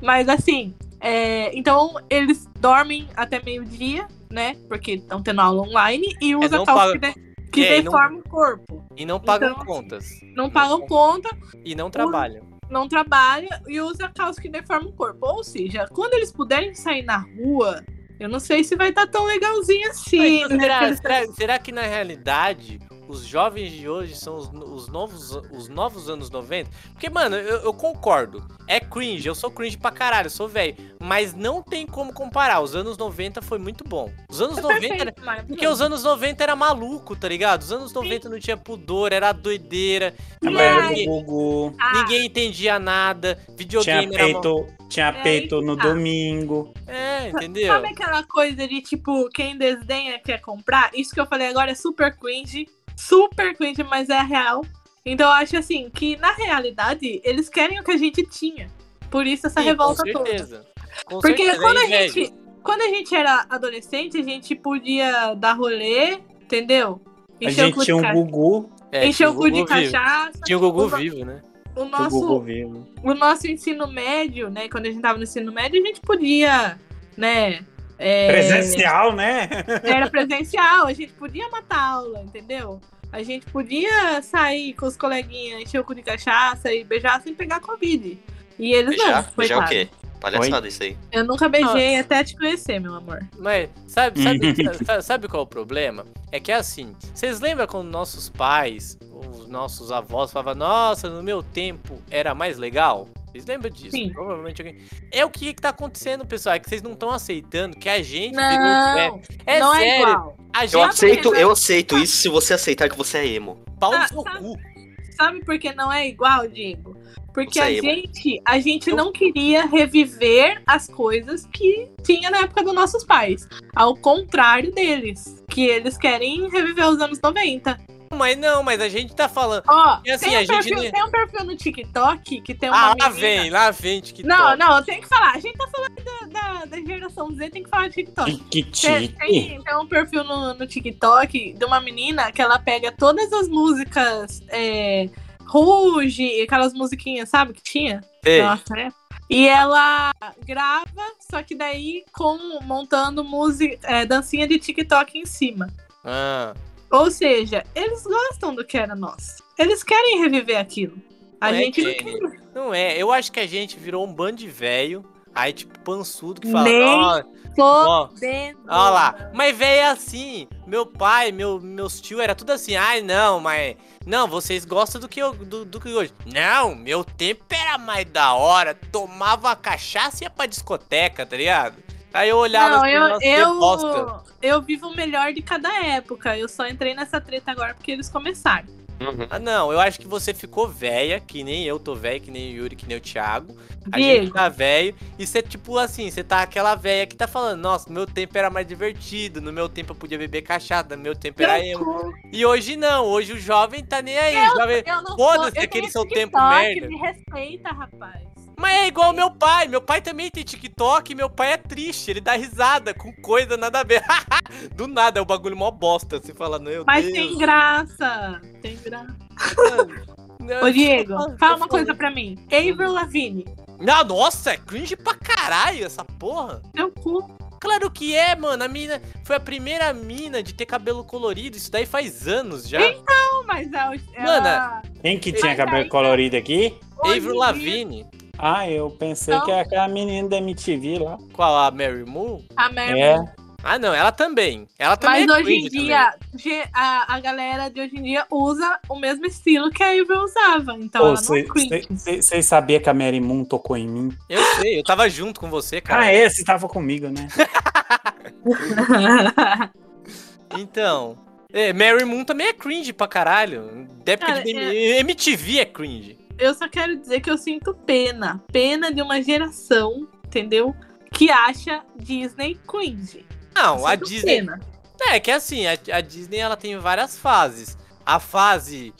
Speaker 5: mas assim, é, então eles dormem até meio-dia, né? Porque estão tendo aula online e usa
Speaker 3: É, não
Speaker 5: calça
Speaker 3: paga-
Speaker 5: que, de- que
Speaker 3: É, e não-
Speaker 5: deforma o corpo.
Speaker 3: E não pagam
Speaker 5: Então-
Speaker 3: contas.
Speaker 5: Não pagam conta,
Speaker 3: E não trabalham.
Speaker 5: não trabalha e usa calça que deforma o corpo. Ou seja, quando eles puderem sair na rua, eu não sei se vai estar tão legalzinho assim.
Speaker 3: Mas será, será- será né, que na realidade os jovens de hoje são os, no- os novos, os novos anos 90? Porque, mano, eu, eu concordo. É cringe, eu sou cringe pra caralho, eu sou velho. Mas não tem como comparar. Os anos 90 foi muito bom. Os
Speaker 5: É
Speaker 3: anos 90 era- Porque os anos 90 era maluco, tá ligado? Os anos 90 não tinha pudor, era doideira.
Speaker 6: A
Speaker 5: Ai.
Speaker 6: banheira do Gugu.
Speaker 5: Ah,
Speaker 3: Ninguém entendia nada.
Speaker 6: Tinha
Speaker 3: Videogame era mal-
Speaker 6: peito, tinha
Speaker 5: É,
Speaker 6: peito no
Speaker 5: tá.
Speaker 6: domingo.
Speaker 3: É, entendeu?
Speaker 5: Sabe aquela coisa de tipo, quem desdenha quer comprar? Isso que eu falei agora é super cringe. Super cringe, mas é real. Então eu acho assim que na realidade eles querem o que a gente tinha. Por isso essa
Speaker 3: Sim,
Speaker 5: revolta
Speaker 3: com
Speaker 5: toda.
Speaker 3: certeza. Com
Speaker 5: Porque
Speaker 3: certeza,
Speaker 5: quando
Speaker 3: é
Speaker 5: a
Speaker 3: inveja.
Speaker 5: gente. Quando a gente era adolescente, a gente podia dar rolê, entendeu?
Speaker 6: A
Speaker 5: Encher o
Speaker 6: gente
Speaker 5: cu de,
Speaker 6: tinha um
Speaker 5: ca-
Speaker 6: Gugu.
Speaker 3: É,
Speaker 5: encher
Speaker 3: tinha
Speaker 5: o cu de
Speaker 3: Gugu vivo.
Speaker 5: cachaça.
Speaker 3: Tinha o Gugu
Speaker 5: Usa-
Speaker 3: vivo, né?
Speaker 5: O
Speaker 6: O Gugu
Speaker 5: nosso,
Speaker 6: vivo.
Speaker 5: o nosso ensino médio, né? Quando a gente tava no ensino médio, a gente podia, né? é,
Speaker 6: Presencial, né?
Speaker 5: Era presencial, a gente podia matar a aula, entendeu? A gente podia sair com os coleguinhas, encher o cu de cachaça e beijar sem pegar Covid. E eles
Speaker 4: Beijar?
Speaker 5: não,
Speaker 4: Beijar o
Speaker 5: coitado.
Speaker 4: quê? Palhaçada isso aí.
Speaker 5: Eu nunca beijei
Speaker 3: Nossa.
Speaker 5: até te conhecer, meu amor.
Speaker 3: Mas sabe,
Speaker 4: (laughs)
Speaker 3: sabe, sa- sabe qual é o problema? É que é assim, vocês lembram quando nossos pais, os nossos avós falavam, nossa, no meu tempo era mais legal? Vocês lembram disso?
Speaker 5: Sim.
Speaker 3: Provavelmente alguém. É o que, que tá acontecendo, pessoal. É que vocês não estão aceitando que a gente
Speaker 5: Não,
Speaker 3: É, é
Speaker 5: não
Speaker 3: sério.
Speaker 5: é igual.
Speaker 3: A gente
Speaker 4: Eu aceito,
Speaker 5: mas-
Speaker 4: eu aceito isso se você aceitar que você é emo.
Speaker 3: pau no
Speaker 5: Ah,
Speaker 3: seu
Speaker 5: sabe-
Speaker 3: cu.
Speaker 5: Sabe por que não é igual, Diego? Porque
Speaker 4: Você
Speaker 5: a
Speaker 4: é emo.
Speaker 5: gente, a gente não queria reviver as coisas que tinha na época dos nossos pais. Ao contrário deles, que eles querem reviver os anos 90.
Speaker 3: Mas não, mas a gente tá falando.
Speaker 5: Ó,
Speaker 3: E assim,
Speaker 5: tem, um
Speaker 3: a gente
Speaker 5: perfil,
Speaker 3: nem-
Speaker 5: tem um perfil no TikTok que tem É uma
Speaker 3: Ah, lá
Speaker 5: menina...
Speaker 3: vem, lá vem, TikTok.
Speaker 5: Não, não, eu tenho que falar. A gente tá falando da, da, da geração Z, tem que falar de TikTok. Tem,
Speaker 6: Tiquitiqui.
Speaker 5: tem, tem um perfil no, no TikTok de uma menina que ela pega todas as músicas é, Ruge, aquelas musiquinhas, sabe, que tinha?
Speaker 3: Ei,
Speaker 5: Nossa, é. E ela grava, só que daí com montando música, é, dancinha de TikTok em cima.
Speaker 3: ah,
Speaker 5: Ou seja, eles gostam do que era nosso. Eles querem reviver aquilo. A
Speaker 3: Não é
Speaker 5: gente
Speaker 3: que-
Speaker 5: não quer.
Speaker 3: não é, eu acho que a gente virou um bando de velho. Aí, tipo, pançudo que fala,
Speaker 5: Nem
Speaker 3: "Ó,
Speaker 5: Tô
Speaker 3: ó,
Speaker 5: dentro.
Speaker 3: Olha lá, mas velho é assim. Meu pai, meu, meus tio era tudo assim. Ai, não, mas. Não, vocês gostam do que, eu, do, do que hoje. Não, meu tempo era mais da hora. Tomava cachaça e ia pra discoteca, tá ligado? Aí eu olhava
Speaker 5: Não,
Speaker 3: assim, nossa,
Speaker 5: eu,
Speaker 3: que bosta.
Speaker 5: eu, eu vivo o melhor de cada época. Eu só entrei nessa treta agora porque eles começaram.
Speaker 4: Uhum.
Speaker 3: Ah, não, eu acho que você ficou velha, que nem eu tô velho, que nem o Yuri, que nem o Thiago. A gente
Speaker 5: Diego,
Speaker 3: tá velho. E você, tipo assim, você tá aquela velha que tá falando, nossa, no meu tempo era mais divertido, no meu tempo eu podia beber cachaça, no meu tempo era eu.
Speaker 5: tranquilo.
Speaker 3: E hoje não, hoje o jovem tá nem aí. o jovem...
Speaker 5: Eu não
Speaker 3: Foda-se
Speaker 5: sou- eu
Speaker 3: aquele
Speaker 5: tenho
Speaker 3: seu tempo
Speaker 5: TikTok,
Speaker 3: merda.
Speaker 5: Me respeita, rapaz.
Speaker 3: Mas é igual meu pai. Meu pai também tem TikTok e meu pai é triste. Ele dá risada com coisa nada a ver. (laughs) Do nada, é o bagulho mó bosta. Você fala, meu
Speaker 5: Mas
Speaker 3: Deus.
Speaker 5: tem graça. Tem graça.
Speaker 3: Não,
Speaker 5: Ô, Diego,
Speaker 3: eu
Speaker 5: fala
Speaker 3: falei.
Speaker 5: uma coisa pra mim. Avril Lavigne,
Speaker 3: Ah, nossa, é cringe pra caralho essa porra.
Speaker 5: seu cu.
Speaker 3: Claro que é, mano. A mina foi a primeira mina de ter cabelo colorido. Isso daí faz anos já.
Speaker 5: Hein? Não, mas é ela... ela-
Speaker 6: Quem que tinha
Speaker 5: Mas
Speaker 6: cabelo
Speaker 5: aí-
Speaker 6: colorido aqui?
Speaker 5: hoje em
Speaker 3: Avril
Speaker 5: dia-
Speaker 3: Lavigne.
Speaker 6: Ah, eu pensei
Speaker 5: Não.
Speaker 6: que era aquela menina da MTV lá.
Speaker 3: Qual a Mary Moon?
Speaker 5: A Mary
Speaker 6: É.
Speaker 3: Ah, não, ela também. Ela também
Speaker 5: Mas
Speaker 3: é
Speaker 5: hoje em
Speaker 3: cringe
Speaker 5: dia, ge- a, a galera de hoje em dia usa o mesmo estilo que a Avril usava. Então ela não é cringe.
Speaker 6: Vocês sabiam que a Mary Moon tocou em mim?
Speaker 3: também. Eu sei, eu tava junto com você, cara.
Speaker 6: Ah, é? Você tava comigo, né?
Speaker 3: Então. É, Mary Moon também é cringe pra caralho. Da época
Speaker 5: Cara,
Speaker 3: de BM MTV é cringe.
Speaker 5: eu só quero dizer que eu sinto pena. Pena de uma geração, entendeu? Que acha Disney cringe.
Speaker 3: Não,
Speaker 5: Eu
Speaker 3: a
Speaker 5: sinto
Speaker 3: Disney.
Speaker 5: pena.
Speaker 3: É que assim, a, a Disney ela tem várias fases. A fase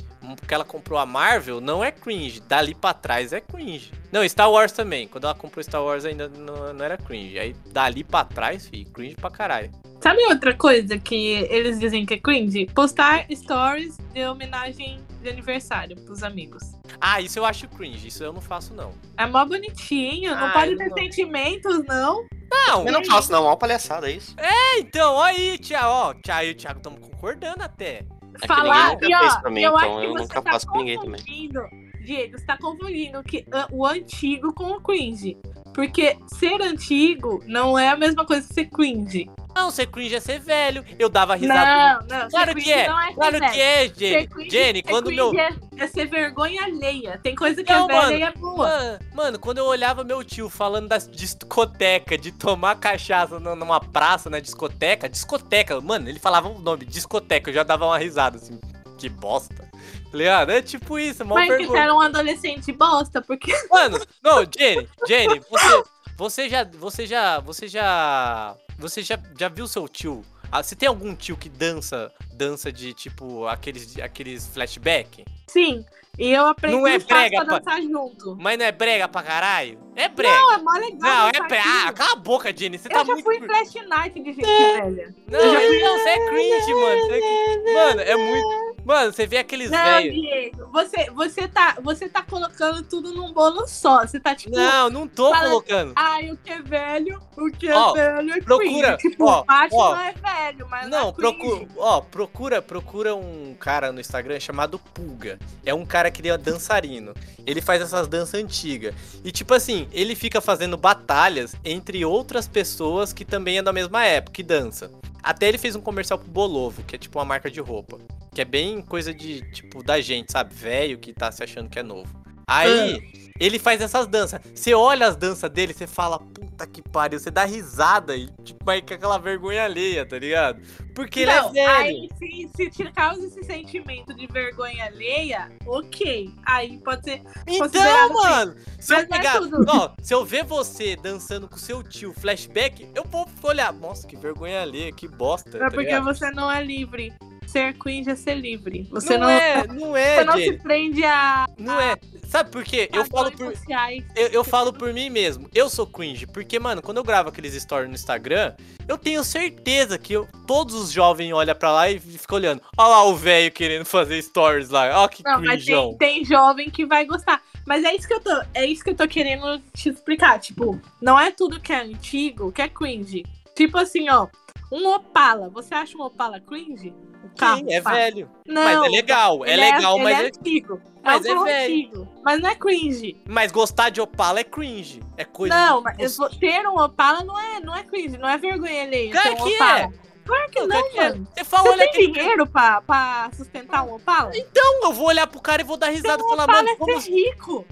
Speaker 3: que ela comprou a Marvel não é cringe. Dali pra trás é cringe. Não, Star Wars também. Quando ela comprou Star Wars ainda não, não era cringe. Aí dali pra trás, fi, cringe pra caralho.
Speaker 5: Sabe outra coisa que eles dizem que é cringe? Postar stories de homenagem de aniversário pros amigos.
Speaker 3: Ah, isso eu acho cringe. Isso eu não faço, não.
Speaker 5: É mó bonitinho, não
Speaker 3: Ah,
Speaker 5: pode
Speaker 3: eu
Speaker 5: ter
Speaker 3: não-
Speaker 5: sentimentos,
Speaker 4: É
Speaker 5: não.
Speaker 3: Não,
Speaker 4: Eu não faço, não. Uma palhaçada, é isso?
Speaker 3: é, então, ó aí, Thiago, ó, Thiago e o Thiago estamos concordando até.
Speaker 4: que
Speaker 5: falar.
Speaker 4: ninguém nunca
Speaker 5: e, ó,
Speaker 4: fez pra mim,
Speaker 5: eu
Speaker 4: então
Speaker 5: acho que
Speaker 4: eu
Speaker 5: você
Speaker 4: nunca
Speaker 5: tá
Speaker 4: faço pra ninguém também.
Speaker 5: confundindo, Diego, você tá confundindo que, ah, o antigo com o cringe. Porque ser antigo não é a mesma coisa que ser cringe.
Speaker 3: Não, ser cringe é ser velho. Eu dava risada.
Speaker 5: Não, não.
Speaker 3: Claro
Speaker 5: ser
Speaker 3: que
Speaker 5: cringe
Speaker 3: é,
Speaker 5: Não é
Speaker 3: Claro
Speaker 5: ser
Speaker 3: que é,
Speaker 5: velho. Ser
Speaker 3: Jenny.
Speaker 5: cringe-
Speaker 3: Jenny,
Speaker 5: ser
Speaker 3: quando
Speaker 5: cringe
Speaker 3: meu,
Speaker 5: é, é ser vergonha alheia. Tem coisa que
Speaker 3: Não,
Speaker 5: é velha
Speaker 3: mano.
Speaker 5: e é boa.
Speaker 3: Mano, mano, quando eu olhava meu tio falando da discoteca, de tomar cachaça na- numa praça, na discoteca, discoteca, mano, ele falava o nome, discoteca, eu já dava uma risada, assim, que bosta. Tá ligado? É tipo isso, mó
Speaker 5: Mas que você
Speaker 3: vergonha.
Speaker 5: era um adolescente bosta, porque
Speaker 3: Mano, não, Jenny, Jenny, você, você já, você já, você já, você já, já viu seu tio? Ah, Você tem algum tio que dança, dança de, tipo, aqueles, aqueles flashback?
Speaker 5: sim. E eu aprendi
Speaker 3: Não é
Speaker 5: os passos
Speaker 3: brega,
Speaker 5: pra dançar junto.
Speaker 3: Mas não é brega pra caralho? É brega.
Speaker 5: Não, é mó legal.
Speaker 3: Não, é
Speaker 5: dançar
Speaker 3: pra. Ah,
Speaker 5: junto.
Speaker 3: cala a boca, Jenny. Você
Speaker 5: Eu
Speaker 3: tá
Speaker 5: já
Speaker 3: muito.
Speaker 5: fui em
Speaker 3: cri-
Speaker 5: Flash Night de gente velha.
Speaker 3: Não, não, você é cringe, mano. Você é cringe. Mano, é muito. Mano, você vê aqueles
Speaker 5: Não,
Speaker 3: velhos.
Speaker 5: Diego, você, você, tá, você tá colocando tudo num bolo só. Você tá tipo,
Speaker 3: Não, não tô
Speaker 5: Fala-
Speaker 3: colocando.
Speaker 5: ai, o que é velho, o que é
Speaker 3: Ó,
Speaker 5: velho é
Speaker 3: procura,
Speaker 5: cringe. Tipo,
Speaker 3: ó,
Speaker 5: o Batman
Speaker 3: ó.
Speaker 5: é velho, mas não,
Speaker 3: Não,
Speaker 5: é cringe.
Speaker 3: procura, ó, procura, procura um cara no Instagram chamado Pulga. É um cara que ele é dançarino. Ele faz essas danças antigas. E tipo assim, ele fica fazendo batalhas entre outras pessoas que também é da mesma época que dança. Até ele fez um comercial pro Bolovo, que é tipo uma marca de roupa, que é bem coisa de tipo da gente, sabe, velho que tá se achando que é novo. Aí
Speaker 5: É.
Speaker 3: ele faz essas danças. Você olha as danças dele, você fala, puta que pariu, você dá risada e tipo, vai com aquela vergonha alheia, tá ligado? Porque
Speaker 5: Não,
Speaker 3: ele é velho.
Speaker 5: Então, aí se, se te causa esse sentimento de vergonha alheia, ok. Aí pode ser.
Speaker 3: Então,
Speaker 5: considerado
Speaker 3: mano, se eu
Speaker 5: Mas não é
Speaker 3: pegar.
Speaker 5: tudo.
Speaker 3: Ó, se eu ver você dançando com seu tio flashback, eu vou olhar. Nossa, que vergonha alheia, que bosta.
Speaker 5: É
Speaker 3: tá
Speaker 5: porque
Speaker 3: ligado?
Speaker 5: você não é livre. Ser cringe é ser livre. Você
Speaker 3: não,
Speaker 5: não,
Speaker 3: é, não
Speaker 5: você
Speaker 3: é,
Speaker 5: não
Speaker 3: Jenny,
Speaker 5: se Ah, prende a.
Speaker 3: não é. Sabe por quê? Eu falo
Speaker 5: padrões
Speaker 3: por.
Speaker 5: Sociais.
Speaker 3: Eu, eu falo por mim mesmo, eu sou cringe, porque, mano, quando eu gravo aqueles stories no Instagram, eu tenho certeza que eu- todos os jovens olham pra lá e ficam olhando. Olha lá o velho querendo fazer stories lá, ó que
Speaker 5: Não, mas tem,
Speaker 3: cringeão.
Speaker 5: tem jovem que vai gostar. Mas é isso que eu tô, é isso que eu tô querendo te explicar. Tipo, não é tudo que é antigo que é cringe. Tipo assim, ó, um Opala. Você acha um Opala cringe? O carro
Speaker 3: Sim, é
Speaker 5: Opala.
Speaker 3: velho.
Speaker 5: Não,
Speaker 3: mas é legal, é
Speaker 5: ele
Speaker 3: legal,
Speaker 5: ele
Speaker 3: mas é-
Speaker 5: é antigo.
Speaker 3: mas
Speaker 5: é,
Speaker 3: é
Speaker 5: um carro
Speaker 3: velho.
Speaker 5: antigo. Mas não é cringe.
Speaker 3: Mas gostar de Opala é cringe. É coisa.
Speaker 5: não,
Speaker 3: de-
Speaker 5: mas eu vou- ter um Opala não é, não é cringe, não é vergonha alheia.
Speaker 3: Claro
Speaker 5: ter um
Speaker 3: que
Speaker 5: Opala.
Speaker 3: é.
Speaker 5: Claro que
Speaker 3: Não,
Speaker 5: não,
Speaker 3: cara,
Speaker 5: mano.
Speaker 3: Você fala,
Speaker 5: Você
Speaker 3: olha
Speaker 5: tem
Speaker 3: aquele.
Speaker 5: dinheiro pra, pra sustentar um Opala?
Speaker 3: Então, eu vou olhar pro cara e vou dar risada e falar,
Speaker 5: Opala
Speaker 3: mano,
Speaker 5: é
Speaker 3: como assim? é
Speaker 5: ser rico.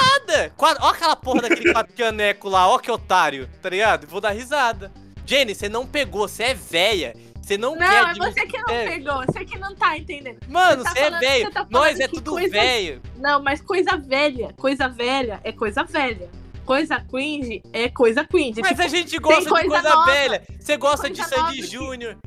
Speaker 3: nada? Quadra- Ó aquela porra daquele caneco lá, ó que otário, tá ligado? Vou dar risada. Jenny, você não pegou, você é véia. Você não,
Speaker 5: Não,
Speaker 3: quer
Speaker 5: é você que não
Speaker 3: admitir-
Speaker 5: pegou, você que não tá entendendo.
Speaker 3: É, Mano,
Speaker 5: Você tá
Speaker 3: você é
Speaker 5: falando-
Speaker 3: velho.
Speaker 5: você tá
Speaker 3: Nós
Speaker 5: falando
Speaker 3: é
Speaker 5: que
Speaker 3: tudo
Speaker 5: coisas- (laughs)
Speaker 3: velho.
Speaker 5: Não, mas coisa velha, coisa velha é coisa velha. Coisa cringe é coisa cringe.
Speaker 3: Mas
Speaker 5: tipo,
Speaker 3: a gente gosta de
Speaker 5: coisa
Speaker 3: coisa
Speaker 5: nova.
Speaker 3: velha. Você gosta
Speaker 5: coisa
Speaker 3: de
Speaker 5: nova
Speaker 3: Sandy
Speaker 5: que-
Speaker 3: Júnior.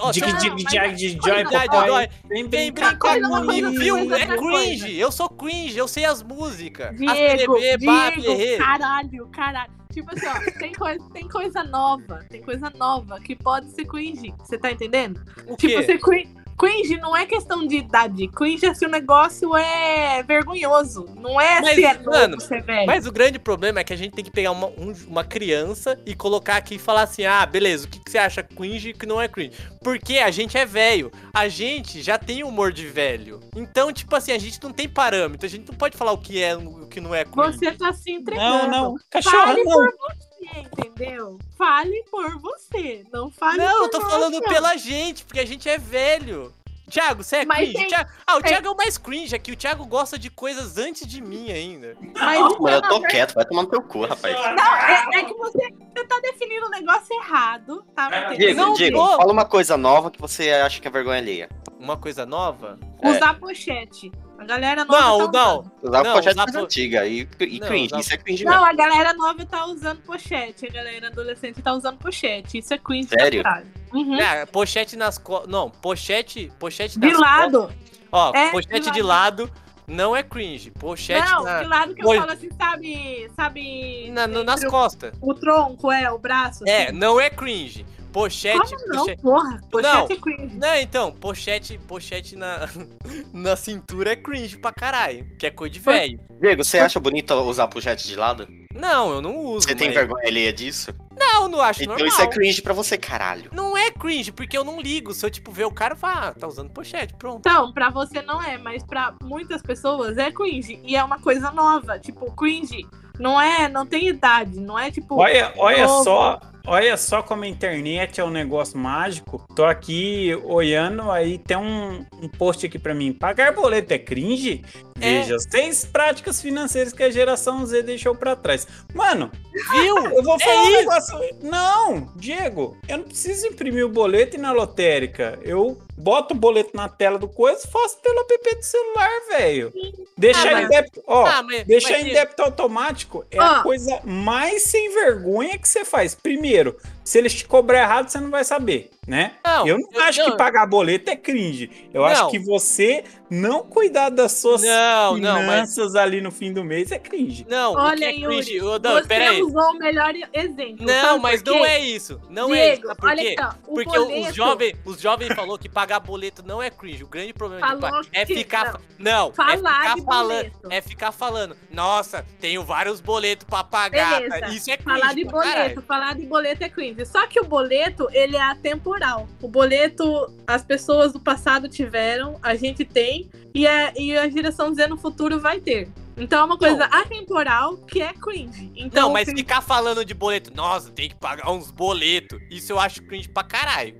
Speaker 3: Ó,
Speaker 6: Dig,
Speaker 5: Não,
Speaker 3: Sandy
Speaker 6: dig,
Speaker 5: mas
Speaker 6: dig,
Speaker 5: é
Speaker 6: dig,
Speaker 5: coisa
Speaker 6: joy,
Speaker 3: Verdade,
Speaker 6: papai.
Speaker 3: dói.
Speaker 6: Vem
Speaker 3: Vem
Speaker 6: brincar
Speaker 3: brincar
Speaker 5: coisa, uma
Speaker 3: comigo,
Speaker 5: coisa,
Speaker 3: viu?
Speaker 5: outra
Speaker 3: É
Speaker 5: coisa.
Speaker 3: cringe. Eu sou cringe, eu sei as músicas. as
Speaker 5: Diego,
Speaker 3: pererê, bá, pererê.
Speaker 5: Diego, caralho, caralho. Tipo assim, ó, tem coisa, tem coisa nova, tem coisa nova que pode ser cringe. Você tá entendendo?
Speaker 3: O
Speaker 5: Tipo,
Speaker 3: quê?
Speaker 5: você cringe, cringe não é questão de idade. Cringe é se o negócio é vergonhoso. Não é
Speaker 3: Mas,
Speaker 5: se é novo,
Speaker 3: mano,
Speaker 5: se é velho.
Speaker 3: Mas o grande problema é que a gente tem que pegar uma, um- uma criança e colocar aqui e falar assim: ah, beleza, o que, que você acha cringe e o que não é cringe? Porque a gente é velho, a gente já tem humor de velho. Então, tipo assim, a gente não tem parâmetro, a gente não pode falar o que é o que não é cringe.
Speaker 5: Você tá se entregando.
Speaker 6: Não, não. Cachorro,
Speaker 5: Fale
Speaker 6: não.
Speaker 5: você, entendeu? Fale por você, não fale
Speaker 3: não, eu
Speaker 5: por
Speaker 3: tô
Speaker 5: nós,
Speaker 3: falando
Speaker 5: não.
Speaker 3: pela gente, porque a gente é velho. Thiago, você é
Speaker 5: Mas
Speaker 3: cringe?
Speaker 5: tem-
Speaker 3: Thiago- Ah, o
Speaker 5: tem-
Speaker 3: Thiago é o mais cringe aqui. O Thiago gosta de coisas antes de mim ainda.
Speaker 5: Mas
Speaker 4: Não, mano, eu
Speaker 5: então,
Speaker 4: tô
Speaker 5: na
Speaker 4: quieto, vai tomar no teu cu, rapaz.
Speaker 5: Não, é, é que você, você tá definindo o negócio errado, tá? Não tem-
Speaker 4: Diego,
Speaker 3: Não,
Speaker 4: Diego,
Speaker 3: não.
Speaker 4: fala uma coisa nova que você acha que é vergonha alheia.
Speaker 3: Uma coisa nova?
Speaker 5: Usar pochete. A galera nova.
Speaker 3: é. Não,
Speaker 5: tá
Speaker 3: não.
Speaker 5: usando.
Speaker 4: Usar
Speaker 3: Não,
Speaker 4: não, pochete
Speaker 3: usar
Speaker 4: mais
Speaker 3: po-
Speaker 4: antiga e, e
Speaker 3: Não,
Speaker 4: cringe,
Speaker 3: usar-
Speaker 4: isso é cringe
Speaker 5: Não,
Speaker 4: mesmo.
Speaker 5: a galera nova tá usando pochete. A galera adolescente tá usando pochete. Isso é cringe pra
Speaker 4: Sério?
Speaker 5: caralho. Uhum.
Speaker 3: Ah, pochete nas costas. Não, pochete. Pochete
Speaker 5: De
Speaker 3: nas
Speaker 5: lado.
Speaker 3: costas- Ó,
Speaker 5: É,
Speaker 3: pochete de
Speaker 5: de
Speaker 3: lado. não é cringe. Pochete
Speaker 5: Não,
Speaker 3: na-
Speaker 5: de lado que eu
Speaker 3: Oi.
Speaker 5: falo assim, sabe? Sabe.
Speaker 3: na- no- nas
Speaker 5: entre o-
Speaker 3: costas.
Speaker 5: O tronco, é, o braço.
Speaker 3: É,
Speaker 5: assim.
Speaker 3: não é cringe. Pochete.
Speaker 5: Como não,
Speaker 3: pochete-
Speaker 5: porra? Pochete é cringe.
Speaker 3: Não, então, pochete, pochete na, (laughs) na cintura é cringe pra caralho. Que é coisa de velho.
Speaker 4: Diego, você acha bonito usar pochete de lado?
Speaker 3: Não, eu não uso.
Speaker 4: Você tem
Speaker 3: mas-
Speaker 4: vergonha alheia disso?
Speaker 3: Não, eu não acho
Speaker 4: Então
Speaker 3: normal.
Speaker 4: isso é cringe pra você, caralho.
Speaker 3: Não é cringe, porque eu não ligo. Se eu, tipo, ver o cara, eu falo, ah, tá usando pochete, pronto.
Speaker 5: Então, pra você não é, mas pra muitas pessoas é cringe. E é uma coisa nova. Tipo, cringe não é, não tem idade, não é tipo.
Speaker 6: Olha, olha
Speaker 5: novo.
Speaker 6: só, olha só como a internet é um negócio mágico. Tô aqui olhando, aí tem um, um post aqui pra mim. Pagar boleto é cringe?
Speaker 3: É.
Speaker 6: Veja, seis práticas financeiras que a geração Z deixou pra trás. Mano,
Speaker 3: Viu?
Speaker 6: eu vou
Speaker 3: É
Speaker 6: falar um
Speaker 3: isso.
Speaker 6: negócio. Não, Diego, eu não preciso imprimir o boleto e ir na lotérica. Eu boto o boleto na tela do coisa e faço pelo app do celular, velho. Deixar
Speaker 5: Ah, mas-
Speaker 6: em débito. Ó,
Speaker 3: Ah, mas-
Speaker 6: Deixar
Speaker 3: mas
Speaker 6: em
Speaker 3: isso-
Speaker 6: débito automático é a
Speaker 5: Ah.
Speaker 6: coisa mais sem vergonha que você faz. Primeiro, se eles te cobrar errado, você não vai saber, né?
Speaker 3: Não,
Speaker 6: eu não
Speaker 3: eu-
Speaker 6: acho
Speaker 3: não.
Speaker 6: que pagar boleto é cringe. Eu acho
Speaker 3: Não.
Speaker 6: que você não cuidar das suas
Speaker 4: assim,
Speaker 3: Não, não,
Speaker 4: né?
Speaker 3: mas.
Speaker 6: finanças ali no fim do mês é cringe.
Speaker 3: Não, o que
Speaker 5: Olha,
Speaker 3: é cringe.
Speaker 5: Yuri,
Speaker 3: Eu- não,
Speaker 5: você
Speaker 3: peraí.
Speaker 5: usou o melhor exemplo.
Speaker 3: Não,
Speaker 5: sabe
Speaker 3: mas
Speaker 5: por
Speaker 3: não
Speaker 5: quê?
Speaker 3: é isso. Não é isso.
Speaker 5: Diego,
Speaker 3: Sabe por
Speaker 5: olha
Speaker 3: quê?
Speaker 5: aqui, ó, o
Speaker 3: Porque os
Speaker 5: boleto-
Speaker 3: jovens os jovem falou que pagar boleto não é cringe. O grande problema de
Speaker 5: Falou
Speaker 3: pa- é
Speaker 5: que-
Speaker 3: ficar. Não, é
Speaker 5: Falar
Speaker 3: ficar
Speaker 5: de
Speaker 3: falando.
Speaker 5: boleto.
Speaker 3: É ficar falando. Nossa, tenho vários boletos pra pagar.
Speaker 5: Beleza.
Speaker 3: tá? Isso é cringe.
Speaker 5: Falar de
Speaker 3: pra
Speaker 5: boleto,
Speaker 3: caralho.
Speaker 5: falar de boleto é cringe. Só que o boleto, ele é atemporal. O boleto, as pessoas do passado tiveram, a gente tem, e a, e a geração Z no futuro vai ter. Então é uma coisa atemporal que é cringe. Então,
Speaker 3: Não, mas
Speaker 5: assim,
Speaker 3: ficar falando de boleto. Nossa, tem que pagar uns boletos. Isso eu acho cringe pra caralho.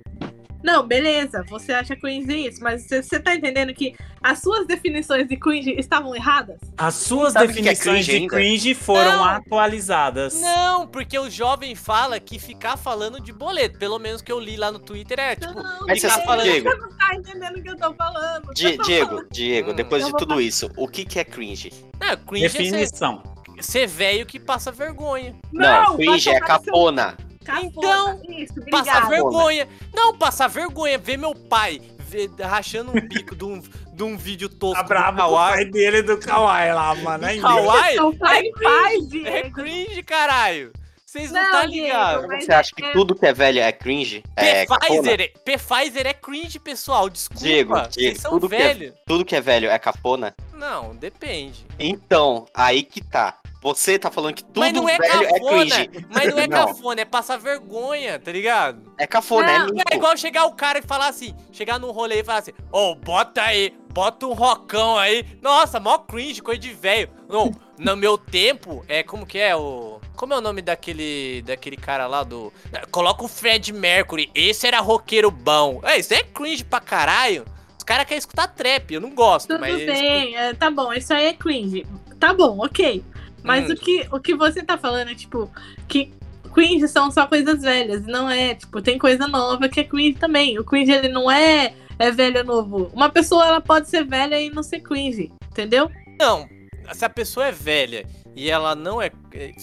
Speaker 5: Não, beleza, você acha cringe isso, mas você, você tá entendendo que as suas definições de cringe estavam erradas?
Speaker 6: As suas
Speaker 4: Sabe o que é
Speaker 6: definições
Speaker 4: cringe
Speaker 6: de
Speaker 4: ainda?
Speaker 6: cringe foram
Speaker 3: Não.
Speaker 6: atualizadas.
Speaker 3: Não, porque o jovem fala que ficar falando de boleto. Pelo menos que eu li lá no Twitter é tipo.
Speaker 5: não,
Speaker 4: Mas
Speaker 3: você
Speaker 5: Diego,
Speaker 3: tá falando-
Speaker 5: você não tá entendendo o que eu tô falando.
Speaker 4: Di- Diego, Diego,
Speaker 3: Hum.
Speaker 4: depois
Speaker 5: Eu
Speaker 4: de
Speaker 5: vou
Speaker 4: tudo isso, o que, que é cringe?
Speaker 3: Ah, cringe é
Speaker 6: Definição.
Speaker 3: ser- ser velho que passa vergonha.
Speaker 4: Não,
Speaker 5: vai
Speaker 4: cringe é
Speaker 5: tomar no seu
Speaker 4: capona.
Speaker 5: cafona.
Speaker 3: Então,
Speaker 5: Isso,
Speaker 3: Passar
Speaker 5: obrigada.
Speaker 3: vergonha. Não, passar vergonha. Ver meu pai ver- rachando um bico de um, de um vídeo tosco
Speaker 6: Tá
Speaker 3: do
Speaker 6: bravo com o
Speaker 3: Kawaii.
Speaker 6: pai dele do Kawaii lá, mano. é Aí,
Speaker 3: Kawaii
Speaker 5: Então faz paz,
Speaker 3: é
Speaker 5: Diego.
Speaker 3: cringe, caralho. Vocês não
Speaker 5: Não,
Speaker 3: tá
Speaker 5: Diego,
Speaker 3: ligados.
Speaker 5: Mas
Speaker 4: Você acha que
Speaker 5: é-
Speaker 4: tudo que é velho é cringe? É capona?
Speaker 3: Pfizer, é, Pfizer é cringe, pessoal. Desculpa.
Speaker 4: Diego,
Speaker 3: vocês
Speaker 4: Diego,
Speaker 3: são
Speaker 4: tudo que é-
Speaker 3: velhos.
Speaker 4: Tudo que é velho é capona?
Speaker 3: Não, depende.
Speaker 4: Então, aí que tá. Você tá falando que tudo
Speaker 3: mas não é
Speaker 4: velho
Speaker 3: cafona.
Speaker 4: é cringe.
Speaker 3: Mas não é
Speaker 4: Não.
Speaker 3: cafona, é passar vergonha, tá ligado?
Speaker 4: É cafona,
Speaker 5: Não,
Speaker 4: é
Speaker 3: É
Speaker 4: limpo.
Speaker 3: igual chegar o cara e falar assim, chegar num rolê e falar assim, ô, bota aí, bota um rocão aí. Nossa, mó cringe, coisa de velho. Não, no meu tempo, é como que é o... Como é o nome daquele daquele cara lá do... Coloca o Fred Mercury, esse era roqueiro bom. É, isso é cringe pra caralho. Os caras querem escutar trap, eu não gosto,
Speaker 5: Tudo
Speaker 3: mas...
Speaker 5: bem, é, tá bom, isso aí é cringe. Tá bom, ok. Mas
Speaker 3: Hum.
Speaker 5: o, que, o que você tá falando é, tipo, que cringe são só coisas velhas, não é, tipo, tem coisa nova que é cringe também. O cringe ele não é é velho ou novo. Uma pessoa ela pode ser velha e não ser cringe, entendeu?
Speaker 3: Não, se a pessoa é velha e ela não é,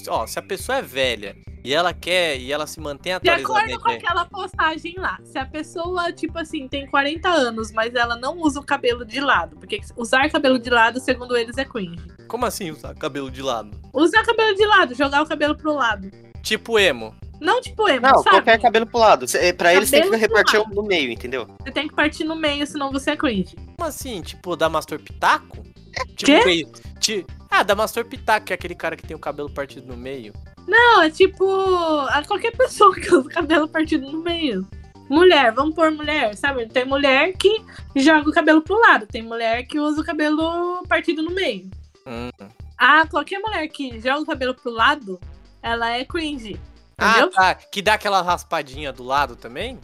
Speaker 3: ó, se a pessoa é velha e ela quer e ela se mantém
Speaker 5: De
Speaker 3: atualizada, na
Speaker 5: acordo com
Speaker 3: internet-
Speaker 5: aquela postagem lá, se a pessoa, tipo assim, tem 40 anos, mas ela não usa o cabelo de lado, porque usar cabelo de lado, segundo eles, é cringe.
Speaker 3: como assim usar cabelo de lado?
Speaker 5: Usar cabelo de lado, jogar o cabelo pro lado.
Speaker 3: Tipo emo.
Speaker 5: Não tipo emo,
Speaker 4: Não,
Speaker 5: sabe?
Speaker 4: qualquer cabelo pro lado. Cê- é, Pra eles tem que
Speaker 5: Cabelo pro
Speaker 4: repartir no meio, entendeu?
Speaker 5: Você tem que partir no meio, senão você é cringe.
Speaker 3: Como assim? Tipo, da Mastor Pitaco?
Speaker 5: É Quê?
Speaker 3: Tipo, meio- ti- ah, da Mastor Pitaco, que é aquele cara que tem o cabelo partido no meio.
Speaker 5: Não, é tipo. A qualquer pessoa que usa o cabelo partido no meio. Mulher, vamos pôr mulher, sabe? Tem mulher que joga o cabelo pro lado, tem mulher que usa o cabelo partido no meio.
Speaker 3: Hum.
Speaker 5: Ah, qualquer mulher que joga o cabelo pro lado, ela é cringe.
Speaker 3: Ah,
Speaker 5: Entendeu?
Speaker 3: tá. Que dá aquela raspadinha do lado também?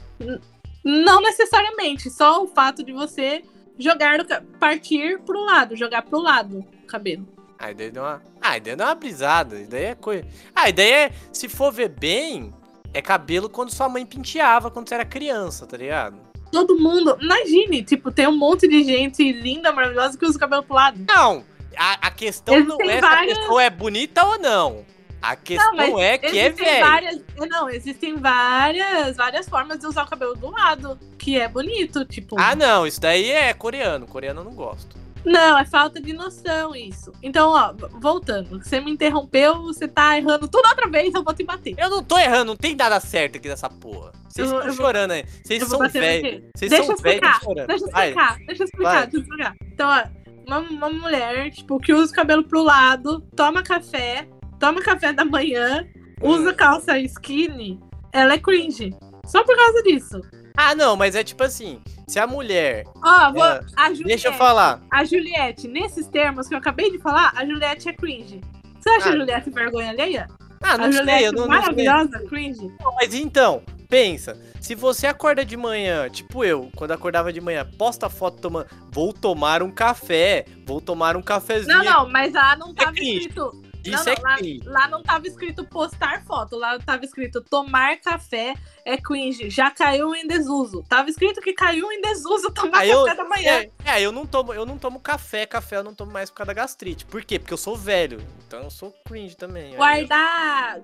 Speaker 5: Não necessariamente, só o fato de você jogar, o ca- partir pro lado, jogar pro lado o cabelo.
Speaker 3: Aí daí deu uma. Ah, daí deu uma brisada. Isso daí é coisa. Ah, e daí é. Se for ver bem, é cabelo quando sua mãe penteava quando você era criança, tá ligado?
Speaker 5: Todo mundo, imagine, tipo, tem um monte de gente linda, maravilhosa que usa o cabelo pro lado.
Speaker 3: Não! A, a questão não
Speaker 5: Existem
Speaker 3: é
Speaker 5: várias-
Speaker 3: se a pessoa é bonita ou não. A questão
Speaker 5: mas
Speaker 3: é que é
Speaker 5: Existem
Speaker 3: velho.
Speaker 5: várias, não, existem várias, várias formas de usar o cabelo do lado, que é bonito, tipo.
Speaker 3: Ah, não, isso daí é coreano. Coreano eu não gosto.
Speaker 5: Não, é falta de noção isso. Então, ó, v- voltando, você me interrompeu, você tá errando tudo outra vez, eu vou te bater.
Speaker 3: Eu não tô errando, não tem nada certo aqui nessa porra. Vocês
Speaker 5: Eu-
Speaker 3: estão
Speaker 5: eu vou-
Speaker 3: chorando aí. Vocês
Speaker 5: eu vou
Speaker 3: são
Speaker 5: bater no
Speaker 3: velhos. Vocês
Speaker 5: Deixa
Speaker 3: são
Speaker 5: eu explicar,
Speaker 3: velhos chorando.
Speaker 5: Deixa eu
Speaker 3: Vai.
Speaker 5: explicar, deixa eu explicar,
Speaker 3: Vai.
Speaker 5: deixa eu explicar. Então, ó, uma, uma mulher, tipo, que usa o cabelo pro lado, toma café, toma café da manhã,
Speaker 3: Hum.
Speaker 5: usa calça skinny, ela é cringe. Só por causa disso.
Speaker 3: Ah, não, mas é tipo assim: se a mulher.
Speaker 5: Ó, vou,
Speaker 3: É,
Speaker 5: a Juliette,
Speaker 3: Deixa eu falar.
Speaker 5: A Juliette, nesses termos que eu acabei de falar, a Juliette é cringe. Você acha
Speaker 3: Ah.
Speaker 5: a Juliette vergonha alheia?
Speaker 3: Ah, não
Speaker 5: a
Speaker 3: sei,
Speaker 5: Juliette
Speaker 3: eu não, não sei.
Speaker 5: maravilhosa, cringe.
Speaker 3: Mas então, pensa, se você acorda de manhã, tipo eu, quando acordava de manhã, posta a foto tomando, vou tomar um café, vou tomar um cafezinho.
Speaker 5: Não, não, mas lá não tava
Speaker 3: É cringe.
Speaker 5: escrito.
Speaker 3: Isso
Speaker 5: não,
Speaker 3: é
Speaker 5: não, lá-
Speaker 3: cringe.
Speaker 5: Lá não tava escrito postar foto, lá tava escrito tomar café é cringe. Já caiu em desuso. Tava escrito que caiu em desuso (laughs) tomar
Speaker 3: Aí eu-
Speaker 5: café da manhã.
Speaker 3: É, é, eu não tomo, eu não tomo café, café eu não tomo mais por causa da gastrite. Por quê? Porque eu sou velho, então eu sou cringe também. Aí eu-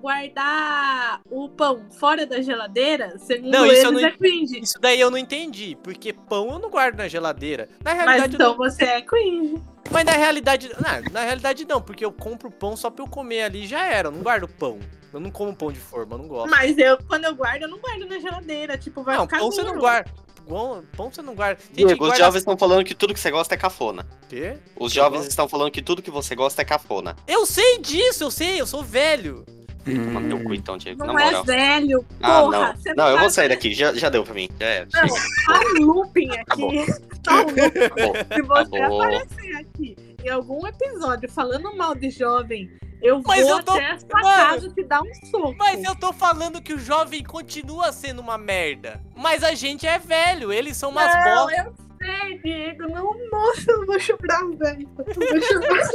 Speaker 5: Guardar, guardar o pão fora da geladeira, segundo
Speaker 3: Não, isso
Speaker 5: eles,
Speaker 3: eu não
Speaker 5: é cringe.
Speaker 3: Isso daí eu não entendi, porque pão eu não guardo na geladeira. Na
Speaker 5: Mas
Speaker 3: realidade, eu
Speaker 5: então você é cringe.
Speaker 3: não- mas na realidade, na, na realidade não, porque eu compro pão só pra eu comer ali e já era, eu não guardo pão. Eu não como pão de forma, eu não gosto.
Speaker 5: Mas eu, quando eu guardo, eu não guardo na geladeira. Tipo, vai
Speaker 3: Não,
Speaker 5: ficar
Speaker 3: pão você não
Speaker 5: duro.
Speaker 3: guarda. Pão, pão você não guarda. Tem gente que
Speaker 4: Diego, os
Speaker 3: guarda-
Speaker 4: jovens estão falando que tudo que você gosta é cafona.
Speaker 3: Quê?
Speaker 4: Os
Speaker 3: Eu
Speaker 4: jovens
Speaker 3: gosto.
Speaker 4: estão falando que tudo que você gosta é cafona.
Speaker 3: Eu sei disso, eu sei, eu sou velho.
Speaker 4: Toma teu
Speaker 6: Hum.
Speaker 4: cu então, Diego,
Speaker 5: Não
Speaker 4: na
Speaker 5: é
Speaker 4: moral.
Speaker 5: velho,
Speaker 4: Ah,
Speaker 5: porra.
Speaker 4: não.
Speaker 5: você
Speaker 4: Não, eu
Speaker 5: tá-
Speaker 4: vou sair daqui. Já, já deu pra mim. Já é. era.
Speaker 5: Não, tá um looping
Speaker 4: bom.
Speaker 5: aqui. (laughs) Tá um looping.
Speaker 4: Tá bom.
Speaker 5: Se você
Speaker 4: bom.
Speaker 5: aparecer aqui em algum episódio falando mal de jovem, eu
Speaker 3: Mas
Speaker 5: vou
Speaker 3: eu tô-
Speaker 5: até a sua casa te dar um soco.
Speaker 3: Mas eu tô falando que o jovem continua sendo uma merda. Mas a gente é velho, eles são umas
Speaker 5: Não,
Speaker 3: bolas.
Speaker 5: eu sei, Diego. Não, nossa, eu vou chorar, velho. Eu
Speaker 3: (laughs)
Speaker 5: vou chorar.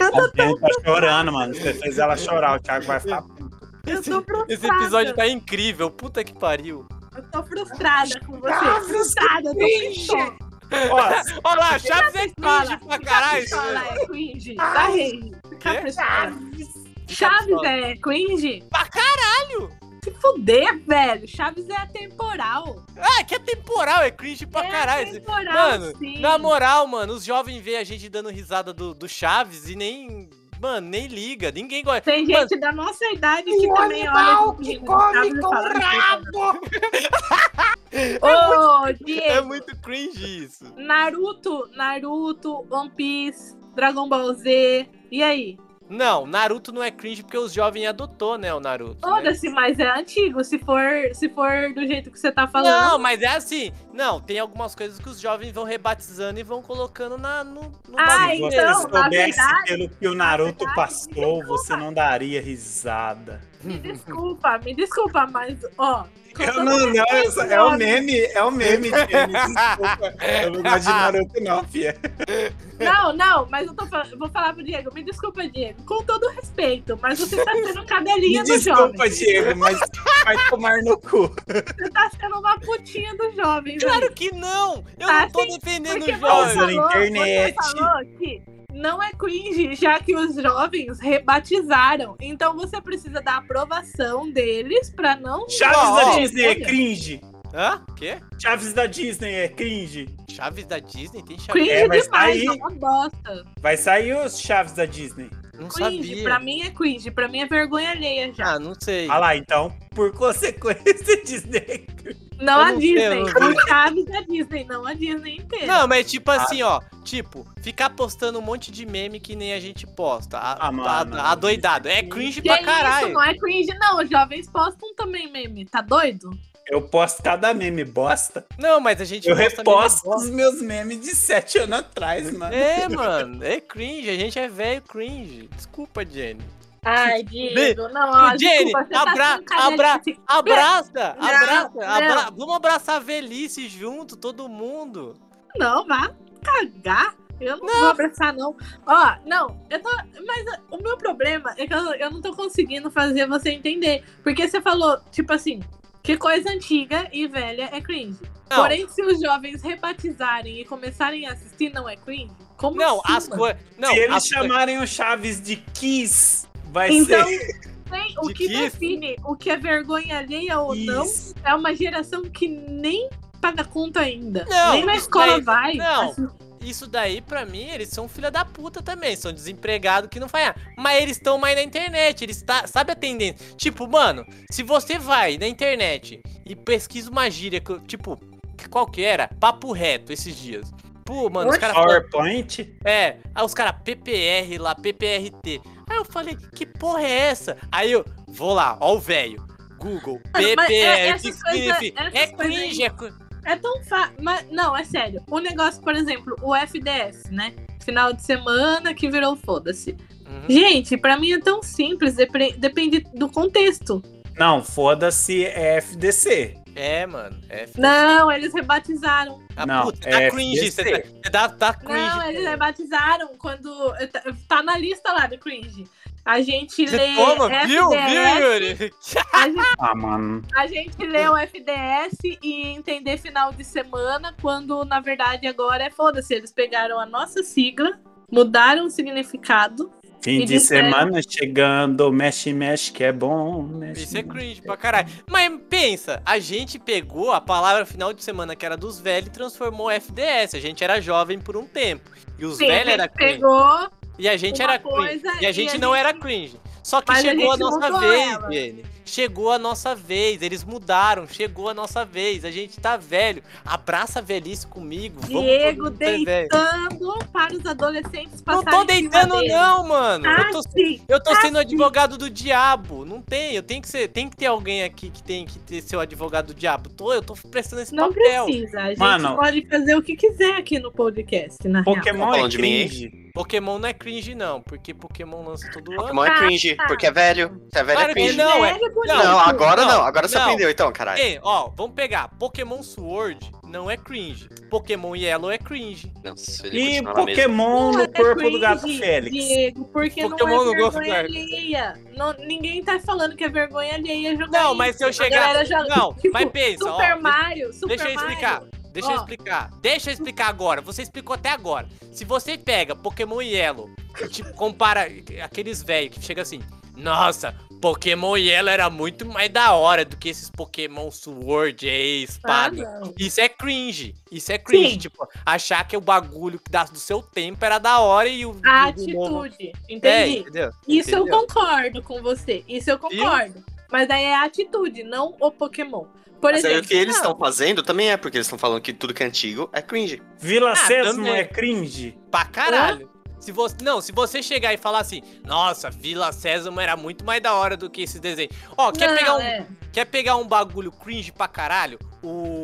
Speaker 6: A Dani tá chorando, mano. Você fez ela chorar, o Thiago vai ficar.
Speaker 5: Eu tô frustrada.
Speaker 3: Esse episódio tá incrível, puta que pariu.
Speaker 5: Eu tô frustrada com você.
Speaker 3: Tá
Speaker 5: frustrada, eu tô pistola.
Speaker 6: Ó,
Speaker 3: Olha lá, Chaves é
Speaker 5: Fala,
Speaker 3: cringe pra caralho.
Speaker 5: Pistola é cringe. Dá rei. Fica
Speaker 3: Quê?
Speaker 5: frustrada. Chaves
Speaker 3: pistola.
Speaker 5: é cringe?
Speaker 3: Pra caralho!
Speaker 5: Se fuder, velho. Chaves é atemporal.
Speaker 3: Ah, que é temporal, é cringe pra
Speaker 5: é
Speaker 3: caralho.
Speaker 5: atemporal,
Speaker 3: Mano,
Speaker 5: sim.
Speaker 3: Na moral, mano, os jovens veem a gente dando risada do, do Chaves e nem. Mano, nem liga. Ninguém gosta.
Speaker 5: Tem
Speaker 3: Mano.
Speaker 5: gente da nossa idade que também olha. tipo Que come com rabo! (laughs) Ô,
Speaker 3: É
Speaker 5: Diego,
Speaker 3: muito cringe isso.
Speaker 5: Naruto, Naruto, One Piece, Dragon Ball Z. E aí?
Speaker 3: Não, Naruto não é cringe porque os jovens adotou, né, o Naruto. né?
Speaker 5: Foda-se, mas é antigo. Se for, se for do jeito que você tá
Speaker 3: Não,
Speaker 5: falando.
Speaker 3: mas é assim. Não, tem algumas coisas que os jovens vão rebatizando e vão colocando na, no, no
Speaker 5: Ah,
Speaker 6: se você
Speaker 3: bagulho
Speaker 5: então,
Speaker 3: deles.
Speaker 5: na
Speaker 6: soubesse
Speaker 5: verdade-
Speaker 6: pelo que o Naruto
Speaker 5: verdade, então,
Speaker 6: passou, você não daria risada.
Speaker 5: Me desculpa, me desculpa, mas, ó,
Speaker 6: Eu não, não, eu só- é o meme, é o meme, Jenny, desculpa. Eu não gosto de Naruto, não, Fia.
Speaker 5: Não, não, mas eu tô falando, eu vou falar pro Diego, me desculpa, Diego, com todo respeito, mas você tá sendo
Speaker 6: Me
Speaker 5: cadelinha do jovem.
Speaker 6: desculpa, Diego, mas vai tomar no cu.
Speaker 5: Você tá sendo uma putinha do jovem, velho.
Speaker 3: Claro que não! Eu
Speaker 5: Ah,
Speaker 3: não tô
Speaker 5: sim,
Speaker 3: defendendo
Speaker 5: Porque
Speaker 3: o
Speaker 5: você
Speaker 3: jovem.
Speaker 6: Causa na
Speaker 5: falou-
Speaker 6: internet.
Speaker 5: Você falou que não é cringe, já que os jovens rebatizaram. Então você precisa da aprovação deles pra não.
Speaker 6: Chaves
Speaker 3: Ó,
Speaker 6: da
Speaker 3: ó,
Speaker 6: Disney é
Speaker 5: olha.
Speaker 6: cringe.
Speaker 3: Hã? Quê?
Speaker 6: Chaves da Disney é cringe.
Speaker 3: Chaves da Disney? Tem Chaves?
Speaker 5: Cringe
Speaker 6: É, mas
Speaker 5: demais,
Speaker 6: aí-
Speaker 5: é uma bosta.
Speaker 6: Vai sair os Chaves da Disney.
Speaker 3: Não
Speaker 5: Cringe,
Speaker 3: sabia.
Speaker 5: pra mim é cringe, pra mim é vergonha alheia já.
Speaker 3: Ah, não sei.
Speaker 6: Ah lá, então, por consequência, (laughs) Disney é
Speaker 5: Não
Speaker 3: eu
Speaker 5: a
Speaker 3: não sei, eu
Speaker 5: Disney,
Speaker 3: não
Speaker 5: o Chaves da Disney, não a Disney inteira.
Speaker 3: Não, mas tipo assim,
Speaker 6: Ah.
Speaker 3: ó. Tipo, ficar postando um monte de meme que nem a gente posta. A,
Speaker 6: Ah, mano,
Speaker 3: a-
Speaker 6: isso
Speaker 3: a doidado. É cringe
Speaker 5: Que
Speaker 3: pra
Speaker 5: isso,
Speaker 3: caralho.
Speaker 5: não é cringe, não. Os jovens postam também meme, tá doido?
Speaker 6: Eu posto cada meme bosta.
Speaker 3: Não, mas a gente
Speaker 6: Eu
Speaker 3: posta meme
Speaker 6: reposto
Speaker 3: bosta.
Speaker 6: os meus memes de sete anos atrás, mano.
Speaker 3: É, mano, é cringe, a gente é velho cringe. Desculpa, Jenny.
Speaker 5: É. Ai,
Speaker 3: Diego,
Speaker 5: não,
Speaker 3: ó, Jenny, desculpa, você tá abra- sendo cadelinha abra- Abraça,
Speaker 5: Não,
Speaker 3: abraça,
Speaker 5: não.
Speaker 3: abra- vamos abraçar a velhice junto, todo mundo.
Speaker 5: Não, vá cagar. Eu não, vou abraçar, não. Ó, não, eu tô. Mas ah, o meu problema é que eu, eu não tô conseguindo fazer você entender. Porque você falou, tipo assim, que coisa antiga e velha é cringe.
Speaker 3: Não.
Speaker 5: Porém, se os jovens rebatizarem e começarem a assistir, não é cringe? Como
Speaker 3: Não,
Speaker 5: assim,
Speaker 3: as
Speaker 5: mano?
Speaker 3: coisas. Não,
Speaker 6: Se eles
Speaker 3: as coi-
Speaker 6: chamarem o Chaves de Kiss, vai
Speaker 5: Então,
Speaker 6: ser
Speaker 5: tem- o
Speaker 3: De
Speaker 5: que
Speaker 3: que?
Speaker 5: define o que é vergonha alheia ou não
Speaker 6: Kiss.
Speaker 5: é uma geração que nem paga conta ainda.
Speaker 3: Não,
Speaker 5: nem na
Speaker 3: isso
Speaker 5: escola
Speaker 3: daí-
Speaker 5: vai.
Speaker 3: não.
Speaker 5: Assim,
Speaker 3: Isso daí, pra mim, eles são filha da puta também. São desempregados que não faz nada. Mas eles estão mais na internet. Eles tá, sabe a tendência? Tipo, mano, se você vai na internet e pesquisa uma gíria, que eu- tipo, qual que era? Papo reto esses dias. Pô, mano, os caras. falam-
Speaker 6: PowerPoint?
Speaker 3: É, aí os caras, PPR lá, PPRT. Aí eu falei, que porra é essa? Aí eu, vou lá, ó o velho. Google,
Speaker 5: Mas- mas é-
Speaker 3: PPR, o que
Speaker 5: essas coisas-
Speaker 3: significa? É
Speaker 5: essas coisas
Speaker 3: cringe, é cringe.
Speaker 5: É tão fácil. Mas, não, é sério. O negócio, por exemplo, o FDS, né? Final de semana que virou foda-se.
Speaker 3: Uhum.
Speaker 5: Gente, pra mim é tão simples, depre- depende do contexto.
Speaker 6: Não, foda-se, é FDC.
Speaker 3: É, mano, é
Speaker 5: Não, eles rebatizaram.
Speaker 3: Ah,
Speaker 6: Não,
Speaker 3: puta,
Speaker 6: é
Speaker 3: tá cringe,
Speaker 6: FDC.
Speaker 3: você tá, você tá, tá cringe.
Speaker 5: Não, é eles rebatizaram quando. tá- Tá na lista lá do cringe. A gente
Speaker 3: Você
Speaker 5: lê.
Speaker 3: toma, viu,
Speaker 5: FDS,
Speaker 3: viu, Yuri? (laughs)
Speaker 5: A gente,
Speaker 6: Ah, mano.
Speaker 5: a gente lê o FDS e entender final de semana, quando na verdade agora é foda-se. Eles pegaram a nossa sigla, mudaram o significado.
Speaker 6: Fim
Speaker 5: E
Speaker 6: de
Speaker 5: disseram-
Speaker 6: semana chegando, mexe, mexe, que é bom. Mexe,
Speaker 3: Isso é
Speaker 6: mexe.
Speaker 3: cringe pra caralho. Mas pensa, a gente pegou a palavra final de semana que era dos velhos e transformou FDS. A gente era jovem por um tempo. E os
Speaker 5: Sim, a
Speaker 3: velhos
Speaker 5: gente
Speaker 3: era cringe.
Speaker 5: pegou
Speaker 3: E a gente
Speaker 5: uma
Speaker 3: era cringe.
Speaker 5: coisa
Speaker 3: E a
Speaker 5: e
Speaker 3: gente
Speaker 5: a
Speaker 3: não
Speaker 5: gente-
Speaker 3: era cringe. Só que
Speaker 5: Mas a
Speaker 3: chegou a,
Speaker 5: gente
Speaker 3: nossa
Speaker 5: mudou
Speaker 3: vez,
Speaker 5: ela.
Speaker 3: Jenny. Chegou a nossa vez. Eles mudaram. Chegou a nossa vez. A gente tá velho. Abraça a velhice comigo. Vamos todo
Speaker 5: Diego
Speaker 3: mundo ser velho.
Speaker 5: deitando para os adolescentes
Speaker 3: Não
Speaker 5: passarem.
Speaker 3: tô
Speaker 5: em cima
Speaker 3: deitando,
Speaker 5: dele.
Speaker 3: não, mano.
Speaker 5: Ah,
Speaker 3: Eu tô
Speaker 5: sim.
Speaker 3: Eu tô sendo advogado do diabo. Não tem. Eu tenho que ser. Tem que ter alguém aqui que tem que ter seu advogado do diabo. Tô, eu tô prestando esse
Speaker 5: Não
Speaker 3: papel.
Speaker 5: precisa. A gente
Speaker 6: Mano.
Speaker 5: pode fazer o que quiser aqui no podcast, na real.
Speaker 6: Pokémon é
Speaker 4: Tá Falando de mim, hein?
Speaker 6: cringe.
Speaker 3: Pokémon não é cringe, não, porque Pokémon lança todo ano.
Speaker 4: Pokémon é cringe, porque é velho. Se é velho,
Speaker 3: Claro
Speaker 4: é
Speaker 3: que
Speaker 4: cringe.
Speaker 3: não, é-
Speaker 5: Velho, bonito.
Speaker 4: Não, agora não,
Speaker 3: não,
Speaker 4: agora você
Speaker 3: não.
Speaker 4: aprendeu então, caralho.
Speaker 3: Ei, ó, vamos pegar. Pokémon Sword não é cringe. Pokémon Yellow é cringe.
Speaker 4: Não, se ele
Speaker 6: E
Speaker 4: continuar na mesma-
Speaker 6: Pokémon
Speaker 5: Não é
Speaker 6: no corpo do gato
Speaker 5: cringe,
Speaker 6: Félix.
Speaker 5: Diego, porque
Speaker 3: Pokémon
Speaker 5: não
Speaker 3: no
Speaker 5: é
Speaker 3: corpo do
Speaker 5: vergonha
Speaker 3: gato.
Speaker 5: alheia. Não, ninguém tá falando que é vergonha alheia jogar
Speaker 3: Não,
Speaker 5: isso.
Speaker 3: mas se eu
Speaker 5: A
Speaker 3: chegar.
Speaker 5: galera joga-
Speaker 3: Não,
Speaker 5: tipo,
Speaker 3: mas pensa, ó.
Speaker 5: Super Mario, Super
Speaker 3: Deixa eu
Speaker 5: Mario.
Speaker 3: explicar. Deixa eu
Speaker 5: Ó.
Speaker 3: explicar. Deixa eu explicar agora. Você explicou até agora. Se você pega Pokémon Yellow e tipo, compara aqueles velhos que chega assim, nossa, Pokémon Yellow era muito mais da hora do que esses Pokémon Sword e
Speaker 5: Ah,
Speaker 3: espada.
Speaker 5: não.
Speaker 3: Isso é cringe. Isso é cringe.
Speaker 5: Sim.
Speaker 3: Tipo, achar que o bagulho que dá do seu tempo era da hora e o.
Speaker 5: A
Speaker 3: e o novo-
Speaker 5: atitude,
Speaker 3: É,
Speaker 5: entendi.
Speaker 3: entendeu?
Speaker 5: Isso eu
Speaker 3: Entendeu?
Speaker 5: concordo com você. Isso eu concordo. Mas daí é a atitude, não o Pokémon. Por
Speaker 4: Mas
Speaker 3: é
Speaker 4: aí
Speaker 5: exemplo,
Speaker 4: o que eles
Speaker 5: não,
Speaker 4: estão fazendo também é, porque eles estão falando que tudo que é antigo é cringe.
Speaker 6: Vila
Speaker 3: Ah,
Speaker 6: Sésamo
Speaker 3: também.
Speaker 6: é cringe.
Speaker 3: Pra caralho. Se você, não, se você chegar e falar assim, nossa, Vila Sésamo era muito mais da hora do que esse desenho. Ó, quer
Speaker 5: não,
Speaker 3: pegar um
Speaker 5: é.
Speaker 3: Quer pegar um bagulho cringe pra caralho?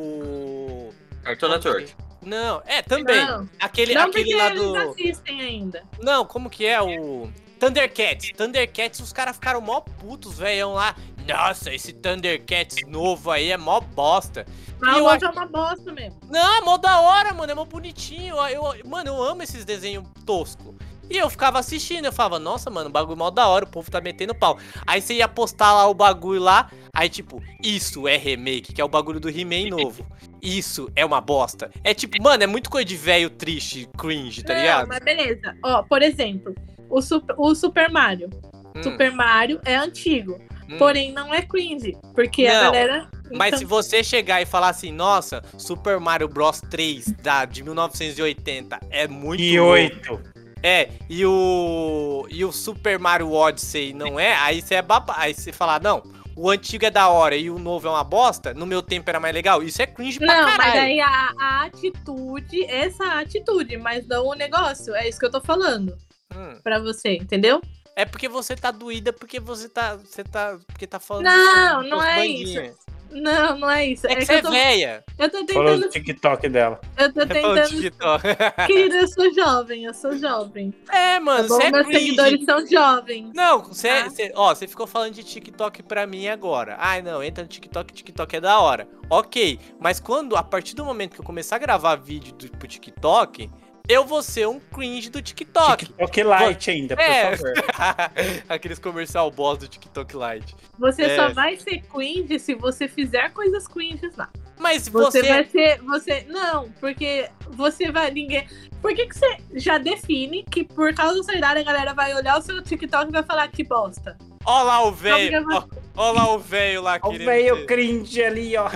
Speaker 3: O.
Speaker 4: Cartoon Network.
Speaker 3: Não, é, também.
Speaker 5: Não,
Speaker 3: Aquele,
Speaker 5: não
Speaker 3: aquele
Speaker 5: porque tá
Speaker 3: lá
Speaker 5: eles
Speaker 3: do.
Speaker 5: assistem ainda.
Speaker 3: Não, como que é o. Thundercats. Thundercats, os caras ficaram mó putos, velhão lá. Nossa, esse Thundercats novo aí é mó bosta.
Speaker 5: Ah,
Speaker 3: eu
Speaker 5: hoje é uma bosta mesmo.
Speaker 3: Não, é mó da hora, mano. É mó bonitinho. Eu, eu- mano, eu amo esses desenhos tosco. E eu ficava assistindo, eu falava, nossa, mano, bagulho mó da hora, o povo tá metendo pau. Aí você ia postar lá o bagulho lá, aí tipo, isso é remake, que é o bagulho do (laughs) He-Man novo. Isso é uma bosta. É tipo, mano, é muito coisa de velho triste, cringe, tá
Speaker 5: Não,
Speaker 3: ligado?
Speaker 5: É, mas beleza. Ó, por exemplo, o, Sup- o Super Mario.
Speaker 3: Hum,
Speaker 5: Super Mario é antigo,
Speaker 3: hum.
Speaker 5: porém não é cringe, porque a
Speaker 3: Não,
Speaker 5: galera...
Speaker 3: Mas se
Speaker 5: Então,
Speaker 3: você chegar e falar assim, nossa, Super Mario Bros 3 da, de 1980 é muito
Speaker 6: E
Speaker 3: louco.
Speaker 6: oito.
Speaker 3: É, e o. E o Super Mario Odyssey não é, aí você é baba. Aí você fala, não, o antigo é da hora e o novo é uma bosta, no meu tempo era mais legal. Isso é cringe pra
Speaker 5: Não,
Speaker 3: caralho.
Speaker 5: mas aí a, a atitude, essa atitude, mas não o negócio. É isso que eu tô falando
Speaker 3: Hum.
Speaker 5: pra você, entendeu?
Speaker 3: É porque você tá doída, porque você tá. Você tá. Porque tá falando.
Speaker 5: Não, não
Speaker 3: os
Speaker 5: é
Speaker 3: bandinhos.
Speaker 5: Não, não é isso.
Speaker 3: É que você
Speaker 5: eu
Speaker 3: é
Speaker 5: tô,
Speaker 3: velha.
Speaker 5: eu tô
Speaker 6: Falou do
Speaker 5: tentando.
Speaker 6: TikTok dela.
Speaker 5: Eu tô
Speaker 3: Você (laughs) falou de
Speaker 5: tentando.
Speaker 3: TikTok.
Speaker 5: Querida, eu sou jovem, eu sou jovem.
Speaker 3: (laughs) É, mano,
Speaker 5: Tá bom?
Speaker 3: você é
Speaker 5: Meus seguidores
Speaker 3: cringe.
Speaker 5: são jovens.
Speaker 3: Não, você,
Speaker 5: Ah.
Speaker 3: você- ó, você ficou falando de TikTok pra mim agora. Ai, não, entra no TikTok, TikTok é da hora. Ok, mas quando, a partir do momento que eu começar a gravar vídeo do, pro TikTok, eu vou ser um cringe do TikTok.
Speaker 6: TikTok Lite ainda, por
Speaker 3: É.
Speaker 6: favor.
Speaker 3: (laughs) Aqueles comercial boss do TikTok Lite.
Speaker 5: Você
Speaker 3: É.
Speaker 5: só vai ser cringe se você fizer coisas cringes lá.
Speaker 3: Mas você, é-
Speaker 5: Você, vai ser. Você. Não, porque você vai. Ninguém. Por que, que você já define que por causa da sua idade a galera vai olhar o seu TikTok e vai falar que bosta?
Speaker 3: ó lá o
Speaker 5: Só porque
Speaker 3: velho, ó,
Speaker 5: você-
Speaker 3: ó lá o velho lá
Speaker 6: Olha o
Speaker 3: querendo
Speaker 6: velho
Speaker 3: ser-
Speaker 6: cringe ali,
Speaker 3: (laughs)
Speaker 6: ó.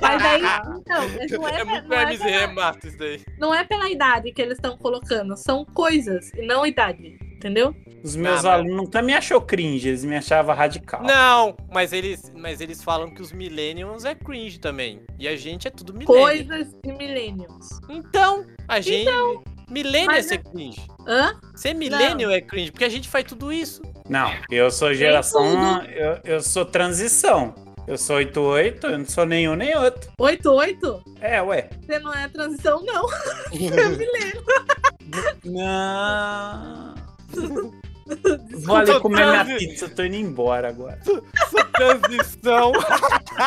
Speaker 5: Mas aí. Então, mas não é,
Speaker 3: É muito
Speaker 5: não, é
Speaker 3: Hermes e
Speaker 5: pela,
Speaker 3: Renato isso daí.
Speaker 5: não é pela idade que eles estão colocando, são coisas e não idade, entendeu?
Speaker 6: Os meus
Speaker 3: Ah, mas-
Speaker 6: alunos também achou cringe, eles me achavam radical.
Speaker 3: Não, mas eles, mas eles falam que os millennials é cringe também. E a gente é tudo millennial.
Speaker 5: Coisas de millennials.
Speaker 3: Então, a gente. Millennial é
Speaker 5: mas
Speaker 3: ser cringe.
Speaker 5: Hã?
Speaker 3: Ser millennial é cringe, porque a gente faz tudo isso.
Speaker 6: Não, eu sou geração.
Speaker 5: tudo.
Speaker 6: Eu, eu sou transição. Eu sou 88, eu não sou nenhum nem outro.
Speaker 5: 88?
Speaker 6: É, ué.
Speaker 5: Você não é transição,
Speaker 3: (laughs)
Speaker 5: não. Eu me lembro.
Speaker 6: (laughs) Não. Vou
Speaker 5: Desculpa.
Speaker 6: ali
Speaker 3: Tô
Speaker 6: comer minha
Speaker 3: transi-
Speaker 6: pizza, tô indo embora agora.
Speaker 3: Transição. (laughs)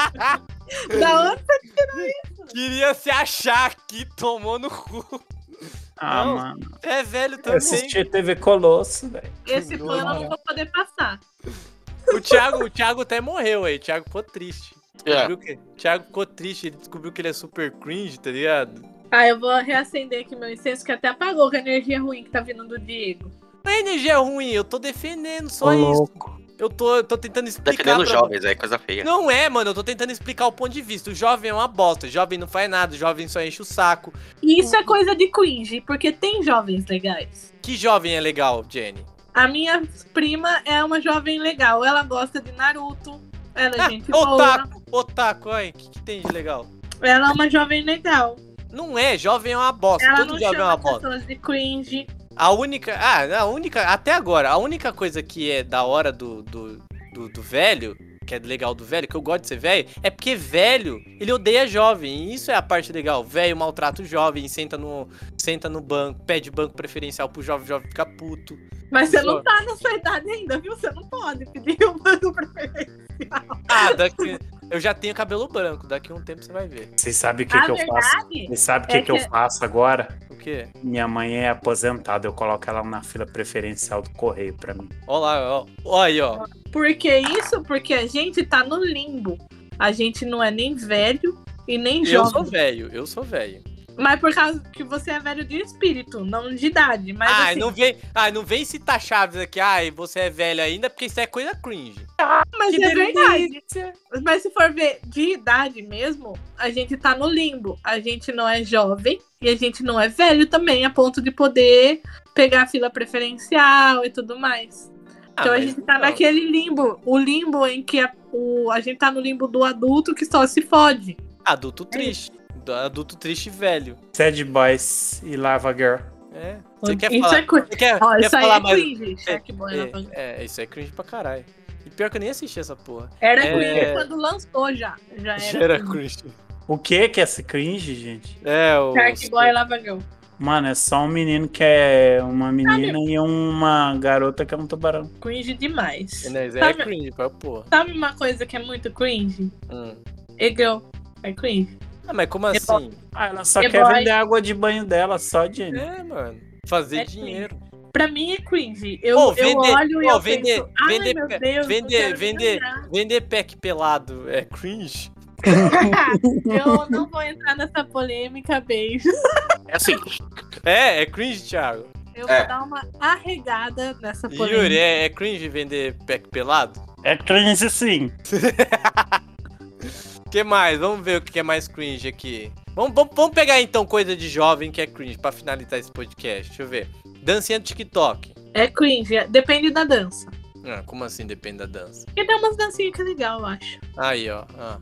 Speaker 5: Da onde?
Speaker 3: Queria se achar aqui, tomou no cu.
Speaker 6: Ah,
Speaker 3: Não,
Speaker 6: mano.
Speaker 3: Você É velho
Speaker 6: Eu
Speaker 3: também.
Speaker 6: assisti TV Colosso, velho.
Speaker 5: Esse plano eu não vou poder passar.
Speaker 3: O, Thiago, o Thiago até morreu aí. O Thiago ficou triste.
Speaker 4: É.
Speaker 3: Descobriu que- O Thiago ficou triste, ele descobriu que ele é super cringe, tá ligado?
Speaker 5: Ah, eu vou reacender aqui meu incenso, que até apagou com a energia ruim que tá vindo do Diego.
Speaker 3: Não é energia ruim, eu tô defendendo só
Speaker 6: Ô,
Speaker 3: isso. Eu tô, eu tô tentando explicar.
Speaker 4: Defendendo os
Speaker 3: pra
Speaker 4: jovens, é coisa feia.
Speaker 3: Não é, mano, eu tô tentando explicar o ponto de vista. O jovem é uma bosta, o jovem não faz nada, o jovem só enche o saco.
Speaker 5: E isso é coisa de cringe, porque tem jovens legais.
Speaker 3: Que jovem é legal, Jenny?
Speaker 5: A minha prima é uma jovem legal. Ela gosta de Naruto. Ela é
Speaker 3: Ah,
Speaker 5: gente boa.
Speaker 3: otaku, otaku, ai, o que, que tem de legal?
Speaker 5: Ela é uma jovem legal.
Speaker 3: Não é, jovem é uma bosta,
Speaker 5: Ela
Speaker 3: todo
Speaker 5: não
Speaker 3: jovem é uma
Speaker 5: chama
Speaker 3: bosta.
Speaker 5: pessoas de cringe.
Speaker 3: A única, ah, a única, até agora, a única coisa que é da hora do, do, do, do velho, que é legal do velho, que eu gosto de ser velho, é porque velho, ele odeia jovem, e isso é a parte legal. Velho maltrata o jovem, senta no, senta no banco, pede banco preferencial pro jovem, o jovem fica puto.
Speaker 5: Mas você não
Speaker 3: Só.
Speaker 5: tá nessa idade ainda, viu? Você não pode pedir (laughs) um banco preferencial.
Speaker 3: Ah, daqui. Eu já tenho cabelo branco, daqui a um tempo você vai ver.
Speaker 6: Vocês sabem o que,
Speaker 5: A
Speaker 6: que eu faço?
Speaker 5: verdade
Speaker 6: Vocês sabem o que,
Speaker 5: é
Speaker 6: Ah, que eu
Speaker 5: que-
Speaker 6: faço agora?
Speaker 3: O quê?
Speaker 6: Minha mãe é aposentada, eu coloco ela na fila preferencial do correio pra mim.
Speaker 3: Ó lá, ó. Ó aí, ó.
Speaker 5: Por que isso? Porque a gente tá no limbo. A gente não é nem velho e nem
Speaker 3: Eu sou
Speaker 5: jovem.
Speaker 3: velho, eu sou velho.
Speaker 5: Mas por causa que você é velho de espírito, não de idade. Mas
Speaker 3: Ai,
Speaker 5: assim,
Speaker 3: não vem. Ai, não vem citar Chaves aqui. Ai, você é velho ainda, porque isso é coisa cringe.
Speaker 5: mas
Speaker 3: que
Speaker 5: é verdade.
Speaker 6: delícia.
Speaker 5: Mas se for ver de idade mesmo, a gente tá no limbo. A gente não é jovem e a gente não é velho também, a ponto de poder pegar a fila preferencial e tudo mais.
Speaker 3: Ah,
Speaker 5: então a
Speaker 3: mas
Speaker 5: gente tá
Speaker 3: não.
Speaker 5: naquele limbo. O limbo em que a, o, a gente tá no limbo do adulto que só se fode.
Speaker 3: Adulto triste. Do- Adulto triste e velho.
Speaker 6: Sad Boys e Lava Girl.
Speaker 3: É. Você
Speaker 5: Isso
Speaker 3: quer
Speaker 5: é
Speaker 3: falar?
Speaker 5: coisa.
Speaker 3: Você quer,
Speaker 5: Ó,
Speaker 3: quer
Speaker 5: isso aí
Speaker 3: falar
Speaker 5: é
Speaker 3: mais?
Speaker 5: cringe, né? Shark Boy
Speaker 3: É,
Speaker 5: Lava Girl.
Speaker 3: é, isso é cringe pra caralho. E pior que eu nem assisti essa porra.
Speaker 5: Era
Speaker 3: É.
Speaker 5: cringe quando lançou já. Já era.
Speaker 3: cringe.
Speaker 6: O que que é esse cringe, gente?
Speaker 3: É, o.
Speaker 5: Shark Boy Lava Girl.
Speaker 6: Mano, é só um menino que é uma menina e uma garota que é um tubarão.
Speaker 5: Cringe demais.
Speaker 3: Mas é
Speaker 5: Sabe-
Speaker 3: cringe, pra porra.
Speaker 5: Sabe uma coisa que é muito cringe?
Speaker 3: Hum.
Speaker 5: Egão. É cringe.
Speaker 3: Ah, mas como
Speaker 5: É bom.
Speaker 3: assim?
Speaker 6: Ah, ela só
Speaker 5: The
Speaker 6: quer
Speaker 5: Boy.
Speaker 6: vender a água de banho dela, só, Jenny.
Speaker 3: É, mano. Fazer
Speaker 5: É cringe.
Speaker 3: dinheiro.
Speaker 5: Pra mim é cringe. Eu,
Speaker 3: Ô,
Speaker 5: eu
Speaker 3: vender-
Speaker 5: olho e
Speaker 3: ô,
Speaker 5: eu
Speaker 3: vender-
Speaker 5: penso, ai
Speaker 3: vender
Speaker 5: meu
Speaker 3: pe-
Speaker 5: Deus,
Speaker 3: vender-
Speaker 5: eu quero
Speaker 3: vender-
Speaker 5: viajar."
Speaker 3: Vender pack pelado é cringe? (laughs)
Speaker 5: eu não vou entrar nessa polêmica, beijo.
Speaker 4: É assim.
Speaker 3: É, é cringe, Thiago.
Speaker 5: Eu
Speaker 4: É.
Speaker 5: vou dar uma arregada nessa polêmica.
Speaker 3: Yuri, é, é cringe vender pack pelado?
Speaker 6: É cringe sim.
Speaker 3: O que mais? Vamos ver o que é mais cringe aqui. Vamos, vamos, vamos pegar então coisa de jovem que é cringe pra finalizar esse podcast. Deixa eu ver. Dancinha do TikTok.
Speaker 5: É cringe, é- depende da dança.
Speaker 3: Ah, como assim depende da dança?
Speaker 5: Porque tem umas dancinhas que é legal, eu acho.
Speaker 3: Aí, ó. ah.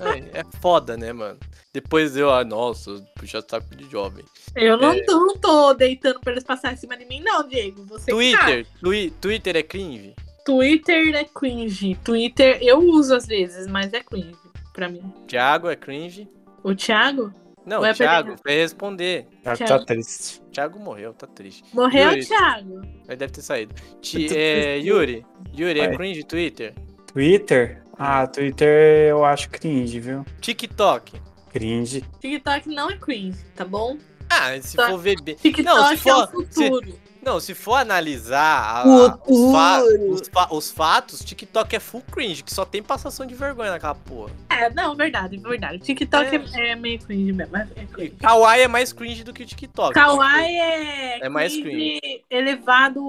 Speaker 3: Aí, é foda, né, mano? Depois eu, ah, nossa, puxa saco de jovem.
Speaker 5: Eu não,
Speaker 3: É.
Speaker 5: não tô deitando pra eles passarem em cima de mim, não, Diego. Você que tá.
Speaker 3: Twitter, twi Twitter é cringe?
Speaker 5: Twitter é cringe. Twitter eu uso às vezes, mas é cringe pra mim.
Speaker 3: Thiago é cringe?
Speaker 5: O Thiago
Speaker 3: Não,
Speaker 5: Ué,
Speaker 3: Thiago, vai responder.
Speaker 6: Ela tá
Speaker 5: Tchau.
Speaker 6: triste.
Speaker 3: Thiago morreu, tá triste.
Speaker 5: morreu,
Speaker 3: Yuri.
Speaker 5: Thiago.
Speaker 3: Ele deve ter saído. Ti- é, Yuri, Yuri, é
Speaker 6: Vai.
Speaker 3: cringe Twitter?
Speaker 6: Twitter? Ah, Twitter eu acho cringe, viu?
Speaker 3: TikTok.
Speaker 6: Cringe.
Speaker 5: TikTok não é cringe, tá bom?
Speaker 3: Ah, se
Speaker 5: Tá.
Speaker 3: for ver bem.
Speaker 5: TikTok
Speaker 3: Não, se
Speaker 5: é o
Speaker 3: for, se,
Speaker 5: futuro.
Speaker 3: não, se for analisar a- a- os, fa- os fa- os fatos, TikTok é full cringe, que só tem passação de vergonha naquela porra.
Speaker 5: É, não, verdade, verdade. TikTok é, é meio cringe mesmo. mas É
Speaker 3: E
Speaker 5: cringe.
Speaker 3: Kawaii é mais cringe do que o TikTok.
Speaker 5: Kawaii é,
Speaker 3: É mais
Speaker 5: elevado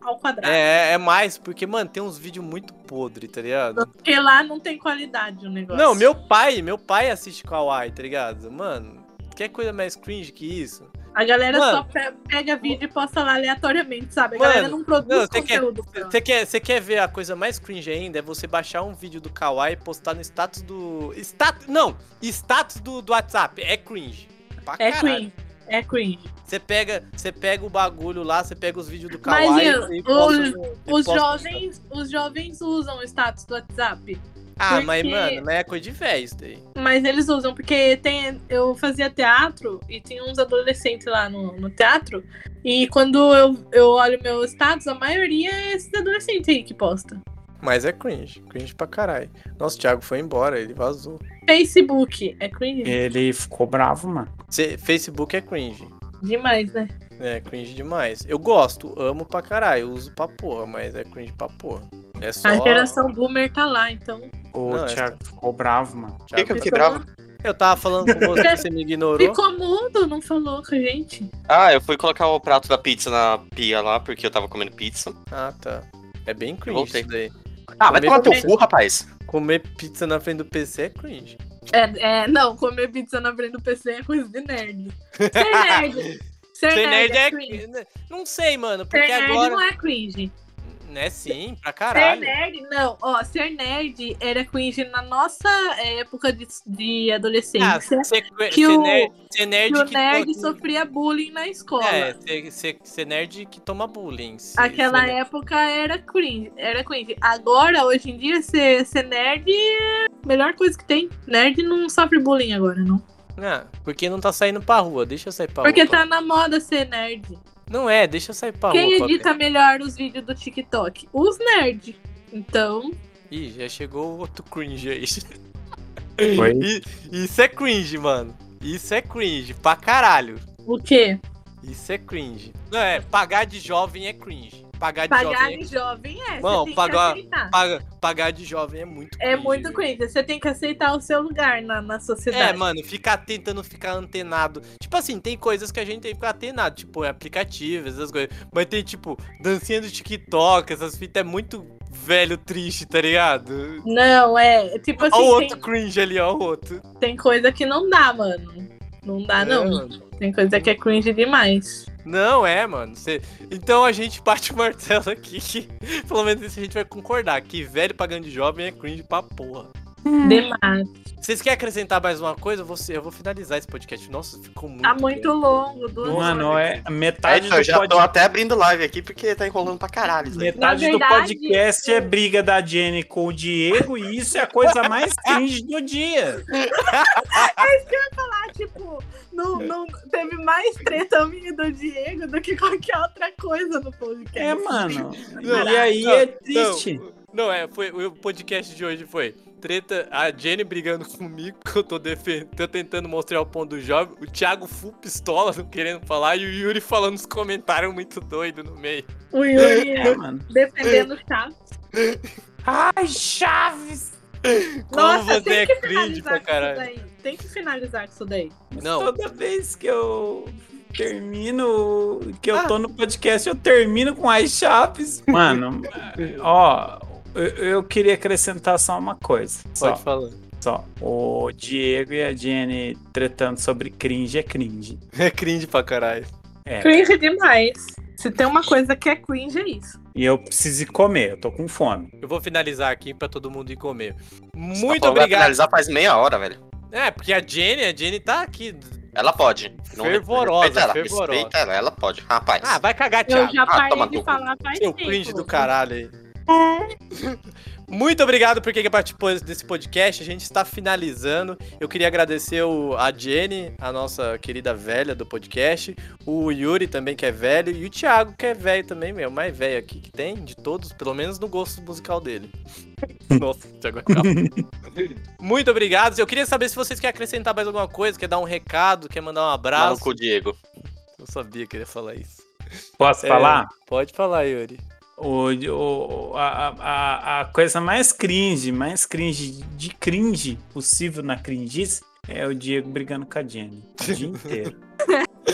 Speaker 5: ao quadrado.
Speaker 3: É, é mais, porque, mano, tem uns vídeos muito podre, tá ligado?
Speaker 5: Porque lá não tem qualidade o negócio.
Speaker 3: Não, meu pai, meu pai assiste Kawaii, tá ligado? Mano, quer coisa mais cringe que isso?
Speaker 5: A galera
Speaker 3: Mano.
Speaker 5: só pe- pega vídeo e posta lá aleatoriamente, sabe? A
Speaker 3: Mano,
Speaker 5: galera não produz
Speaker 3: não, você quer-
Speaker 5: conteúdo. pra-
Speaker 3: Você quer, você quer ver a coisa mais cringe ainda? É você baixar um vídeo do Kawaii e postar no status do. Status. Não! Status do, do WhatsApp. É cringe. Pra
Speaker 5: É
Speaker 3: caralho.
Speaker 5: cringe. É cringe.
Speaker 3: Você pega, você pega o bagulho lá, você pega os vídeos do
Speaker 5: Mas,
Speaker 3: Kawaii
Speaker 5: Ian,
Speaker 3: e
Speaker 5: os-
Speaker 3: posta no- e
Speaker 5: Os
Speaker 3: posta no-
Speaker 5: jovens, os jovens usam o status do WhatsApp.
Speaker 3: Ah, mas,
Speaker 5: porque-
Speaker 3: mano, mas é coisa de véio isso daí.
Speaker 5: Mas eles usam, porque tem, eu fazia teatro e tinha uns adolescentes lá no, no teatro. E quando eu, eu olho meu status, a maioria é esses adolescentes aí que posta.
Speaker 3: Mas é cringe. Cringe pra caralho. Nossa, o Thiago foi embora, ele vazou.
Speaker 5: Facebook é cringe
Speaker 6: Ele ficou bravo, mano.
Speaker 3: Cê- Facebook é cringe.
Speaker 5: demais, né?
Speaker 3: É cringe demais. Eu gosto, amo pra caralho, uso pra porra, mas é cringe pra porra. É só.
Speaker 5: A geração boomer tá lá, então.
Speaker 6: O
Speaker 3: Não, é-
Speaker 6: Thiago ficou bravo, mano.
Speaker 4: Por que, que eu
Speaker 3: Thiago,
Speaker 4: fiquei bravo?
Speaker 3: eu tava falando com você, você me ignorou.
Speaker 5: Ficou mudo, não falou com a gente.
Speaker 4: Ah, eu fui colocar o prato da pizza na pia lá, porque eu tava comendo pizza.
Speaker 3: Ah, tá. É bem cringe
Speaker 4: voltei.
Speaker 3: isso daí.
Speaker 4: Ah, vai
Speaker 3: Comer
Speaker 4: tomar teu
Speaker 3: pizza.
Speaker 4: cu, rapaz.
Speaker 3: Comer pizza na frente do PC é cringe.
Speaker 5: É, é, não, comer pizza na frente do PC é coisa de nerd.
Speaker 3: (laughs)
Speaker 5: Ser nerd. Ser,
Speaker 3: Ser
Speaker 5: nerd,
Speaker 3: nerd
Speaker 5: é
Speaker 3: é
Speaker 5: cringe.
Speaker 3: cringe. Não sei, mano,
Speaker 5: Ser
Speaker 3: porque
Speaker 5: nerd
Speaker 3: agora.
Speaker 5: não é cringe.
Speaker 3: Né, sim, pra
Speaker 5: Ser
Speaker 3: caralho.
Speaker 5: nerd, não. Ó, ser nerd era cringe na nossa é, época de, de
Speaker 3: Ah,
Speaker 5: adolescência.
Speaker 3: ser,
Speaker 5: que
Speaker 3: ser
Speaker 5: o-
Speaker 3: nerd, ser nerd
Speaker 5: que o
Speaker 3: que
Speaker 5: nerd
Speaker 3: to-
Speaker 5: sofria bullying na escola.
Speaker 3: É, ser, ser- ser nerd que toma bullying. Se-
Speaker 5: Aquela é.
Speaker 3: ser-
Speaker 5: época era cringe, era cringe. Agora, hoje em dia, ser, ser nerd é a melhor coisa que tem. Nerd não sofre bullying agora, não.
Speaker 3: Ah, porque não tá saindo pra rua, deixa eu sair pra
Speaker 5: Porque
Speaker 3: rua.
Speaker 5: tá na moda ser nerd.
Speaker 3: Não é, deixa eu sair pra
Speaker 5: Quem
Speaker 3: rua. pra
Speaker 5: edita melhor os vídeos do TikTok? Os nerd. Então,
Speaker 3: ver. Ih, já chegou outro cringe aí.
Speaker 6: Foi.
Speaker 3: (laughs) I- Isso é cringe, mano. Isso é cringe, pra caralho.
Speaker 5: o quê?
Speaker 3: Isso é cringe. Não, é, pagar de jovem é cringe. Pagar de
Speaker 5: Pagar
Speaker 3: jovem é
Speaker 5: de jovem é.
Speaker 3: Bom,
Speaker 5: você tem
Speaker 3: pagar-
Speaker 5: que aceitar.
Speaker 3: paga- Pagar de jovem é muito
Speaker 5: É muito cringe. Você tem que aceitar o seu lugar na, na
Speaker 3: É,
Speaker 5: sociedade.
Speaker 3: mano, ficar tentando ficar antenado. Tipo assim, tem coisas que a gente tem que ficar antenado, tipo aplicativos, essas coisas. Mas tem, tipo, dancinha do TikTok, essas fitas é muito velho, triste, tá ligado?
Speaker 5: Não, é. Tipo assim,
Speaker 3: Ó o
Speaker 5: tem-
Speaker 3: outro cringe ali, ó o outro.
Speaker 5: Tem coisa que não dá, mano. Não dá,
Speaker 3: É,
Speaker 5: não.
Speaker 3: mano.
Speaker 5: Tem coisa que é cringe demais.
Speaker 3: Não, é, mano. Cê- Então a gente bate o (laughs) martelo aqui, que pelo menos isso a gente vai concordar, que velho pagando de jovem é cringe pra porra.
Speaker 5: Demais.
Speaker 3: Vocês querem acrescentar mais uma coisa? Eu vou, eu vou finalizar esse podcast. Nossa, ficou muito.
Speaker 5: Tá muito longo, duas
Speaker 6: Mano,
Speaker 5: horas.
Speaker 6: é
Speaker 4: Tá,
Speaker 6: metade
Speaker 4: então, eu
Speaker 6: do
Speaker 4: já tô
Speaker 6: podcast.
Speaker 4: até abrindo live aqui porque tá enrolando pra caralho isso aí.
Speaker 6: Metade
Speaker 5: Na
Speaker 6: do
Speaker 5: verdade,
Speaker 6: podcast é briga da Jenny com o Diego e isso é a coisa mais cringe do dia.
Speaker 5: Ah, tipo, não, não, teve mais treta minha e do Diego do que qualquer outra coisa no podcast.
Speaker 6: É, mano.
Speaker 3: Não,
Speaker 6: e aí
Speaker 3: não,
Speaker 6: é triste.
Speaker 3: Não, não, é, foi, o podcast de hoje foi treta, a Jenny brigando (laughs) comigo, que eu tô, defen- tô tentando mostrar o ponto do jovem, o Thiago full pistola, não querendo falar, e o Yuri falando uns comentários muito doido no meio.
Speaker 5: O Yuri
Speaker 6: É, mano.
Speaker 5: defendendo o Chaves.
Speaker 6: Ai, Chaves!
Speaker 3: Como você é cringe pra
Speaker 5: com isso
Speaker 3: caralho.
Speaker 5: daí. Tem que finalizar com isso daí.
Speaker 3: Não,
Speaker 6: Toda vez que eu termino, que eu
Speaker 3: Ah.
Speaker 6: tô no podcast, eu termino com ai, Chaves. Mano, (laughs) ó, eu, eu queria acrescentar só uma coisa. Só,
Speaker 3: pode falar. (laughs)
Speaker 6: só. O Diego e a Jenny tretando sobre cringe é cringe.
Speaker 3: É cringe pra caralho.
Speaker 6: É.
Speaker 5: Cringe demais. Se tem uma coisa que é cringe, é isso.
Speaker 6: E eu preciso ir comer, eu tô com fome.
Speaker 3: Eu vou finalizar aqui pra todo mundo ir comer.
Speaker 4: Essa
Speaker 3: Muito
Speaker 4: porra vai
Speaker 3: obrigado.
Speaker 4: finalizar faz meia hora, velho.
Speaker 3: É, porque a Jenny, a Jenny tá aqui.
Speaker 4: Ela pode.
Speaker 3: Fervorosa,
Speaker 4: respeita ela,
Speaker 3: fervorosa.
Speaker 4: Respeita ela, ela pode. Rapaz.
Speaker 3: Ah, vai cagar,
Speaker 5: Eu
Speaker 3: Thiago.
Speaker 5: já
Speaker 4: ah,
Speaker 5: parei
Speaker 4: toma
Speaker 5: de
Speaker 4: cu.
Speaker 5: falar faz
Speaker 3: Seu
Speaker 5: tempo.
Speaker 3: um
Speaker 5: né? É.
Speaker 3: cringe do caralho aí. Muito obrigado por quem participou desse podcast. A gente está finalizando. Eu queria agradecer o- a Jenny, a nossa querida velha do podcast, o Yuri também, que é velho, e o Thiago, que é velho também, meu, mais velho aqui que tem, de todos, pelo menos no gosto musical (laughs) dele. Nossa, o Thiago é bravo. Muito obrigado. Eu queria saber se vocês querem acrescentar mais alguma coisa, quer dar um recado, quer mandar um abraço.
Speaker 4: Maluco Diego.
Speaker 3: Eu sabia que ele ia falar isso.
Speaker 6: Posso
Speaker 3: É,
Speaker 6: falar?
Speaker 3: Pode falar, Yuri.
Speaker 6: O, o- a, a, a coisa mais cringe, mais cringe de cringe possível na cringice é o Diego brigando com a Jenny. O dia inteiro.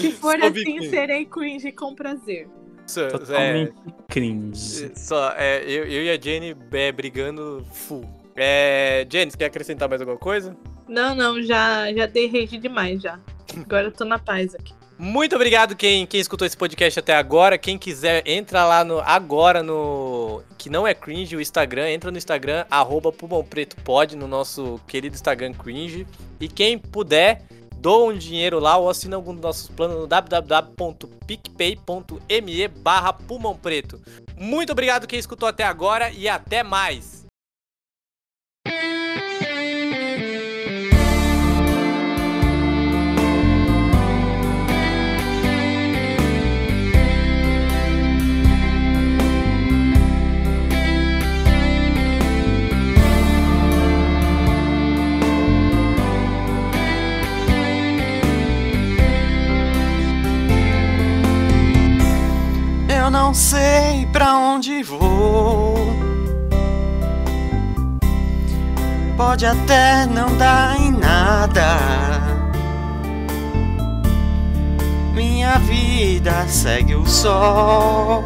Speaker 5: Se for
Speaker 3: Sob
Speaker 5: assim,
Speaker 3: cringe.
Speaker 5: serei cringe com prazer.
Speaker 3: Isso, é-
Speaker 6: Totalmente cringe.
Speaker 3: Só, é, eu, eu e a Jenny é, brigando full. É, Jenny, você quer acrescentar mais alguma coisa?
Speaker 5: Não, não, já, já dei rage demais já. Agora eu tô na paz aqui.
Speaker 3: Muito obrigado quem, quem escutou esse podcast até agora. Quem quiser, entra lá no agora no que não é cringe o Instagram, entra no Instagram arroba Pulmão Preto Pod no nosso querido Instagram cringe. E quem puder, doa um dinheiro lá ou assina algum dos nossos planos no www.picpay.me barra Pulmão Preto. Muito obrigado quem escutou até agora e até mais.
Speaker 7: Eu não sei pra onde vou. Pode até não dar em nada. Minha vida segue o sol.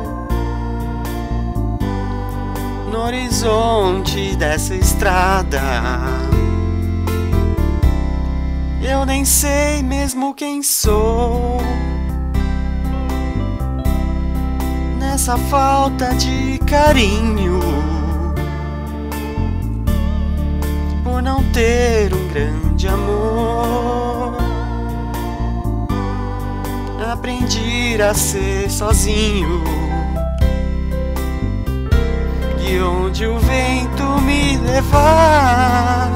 Speaker 7: No horizonte dessa estrada. Eu nem sei mesmo quem sou. nessa falta de carinho. Por não ter um grande amor, aprendi a ser sozinho. E onde o vento me levar,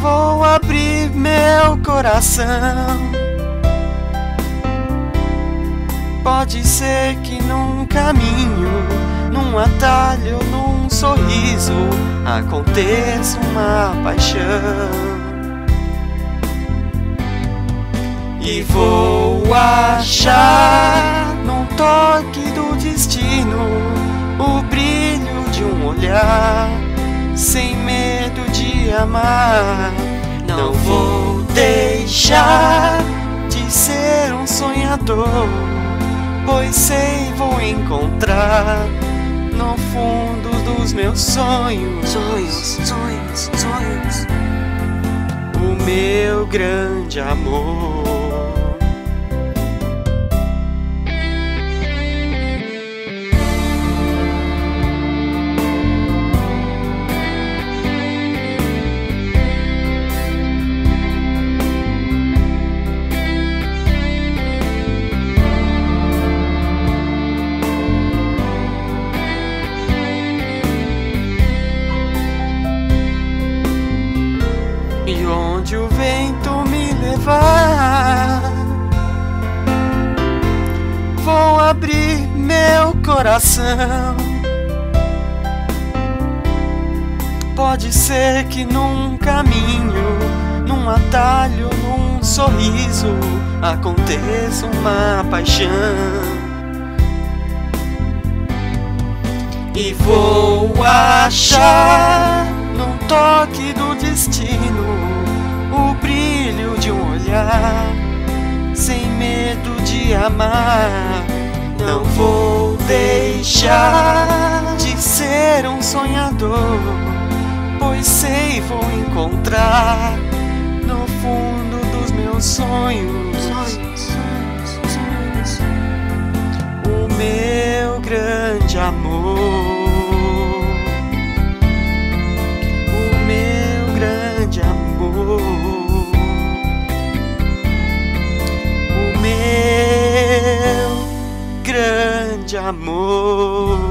Speaker 7: vou abrir meu coração. Pode ser que num caminho, num atalho, num sorriso, aconteça uma paixão. E vou achar num toque do destino o brilho de um olhar, sem medo de amar. Não vou deixar de ser um sonhador pois sei vou encontrar no fundo dos meus sonhos, sonhos, sonhos, sonhos, o meu grande amor. onde o vento me levar. Vou abrir meu coração. Pode ser que num caminho, num atalho, num sorriso, aconteça uma paixão. E vou achar num toque do destino o brilho de um olhar, sem medo de amar. Não vou deixar de ser um sonhador, pois sei vou encontrar no fundo dos meus sonhos o meu grande amor. O meu grande amor. O meu grande amor.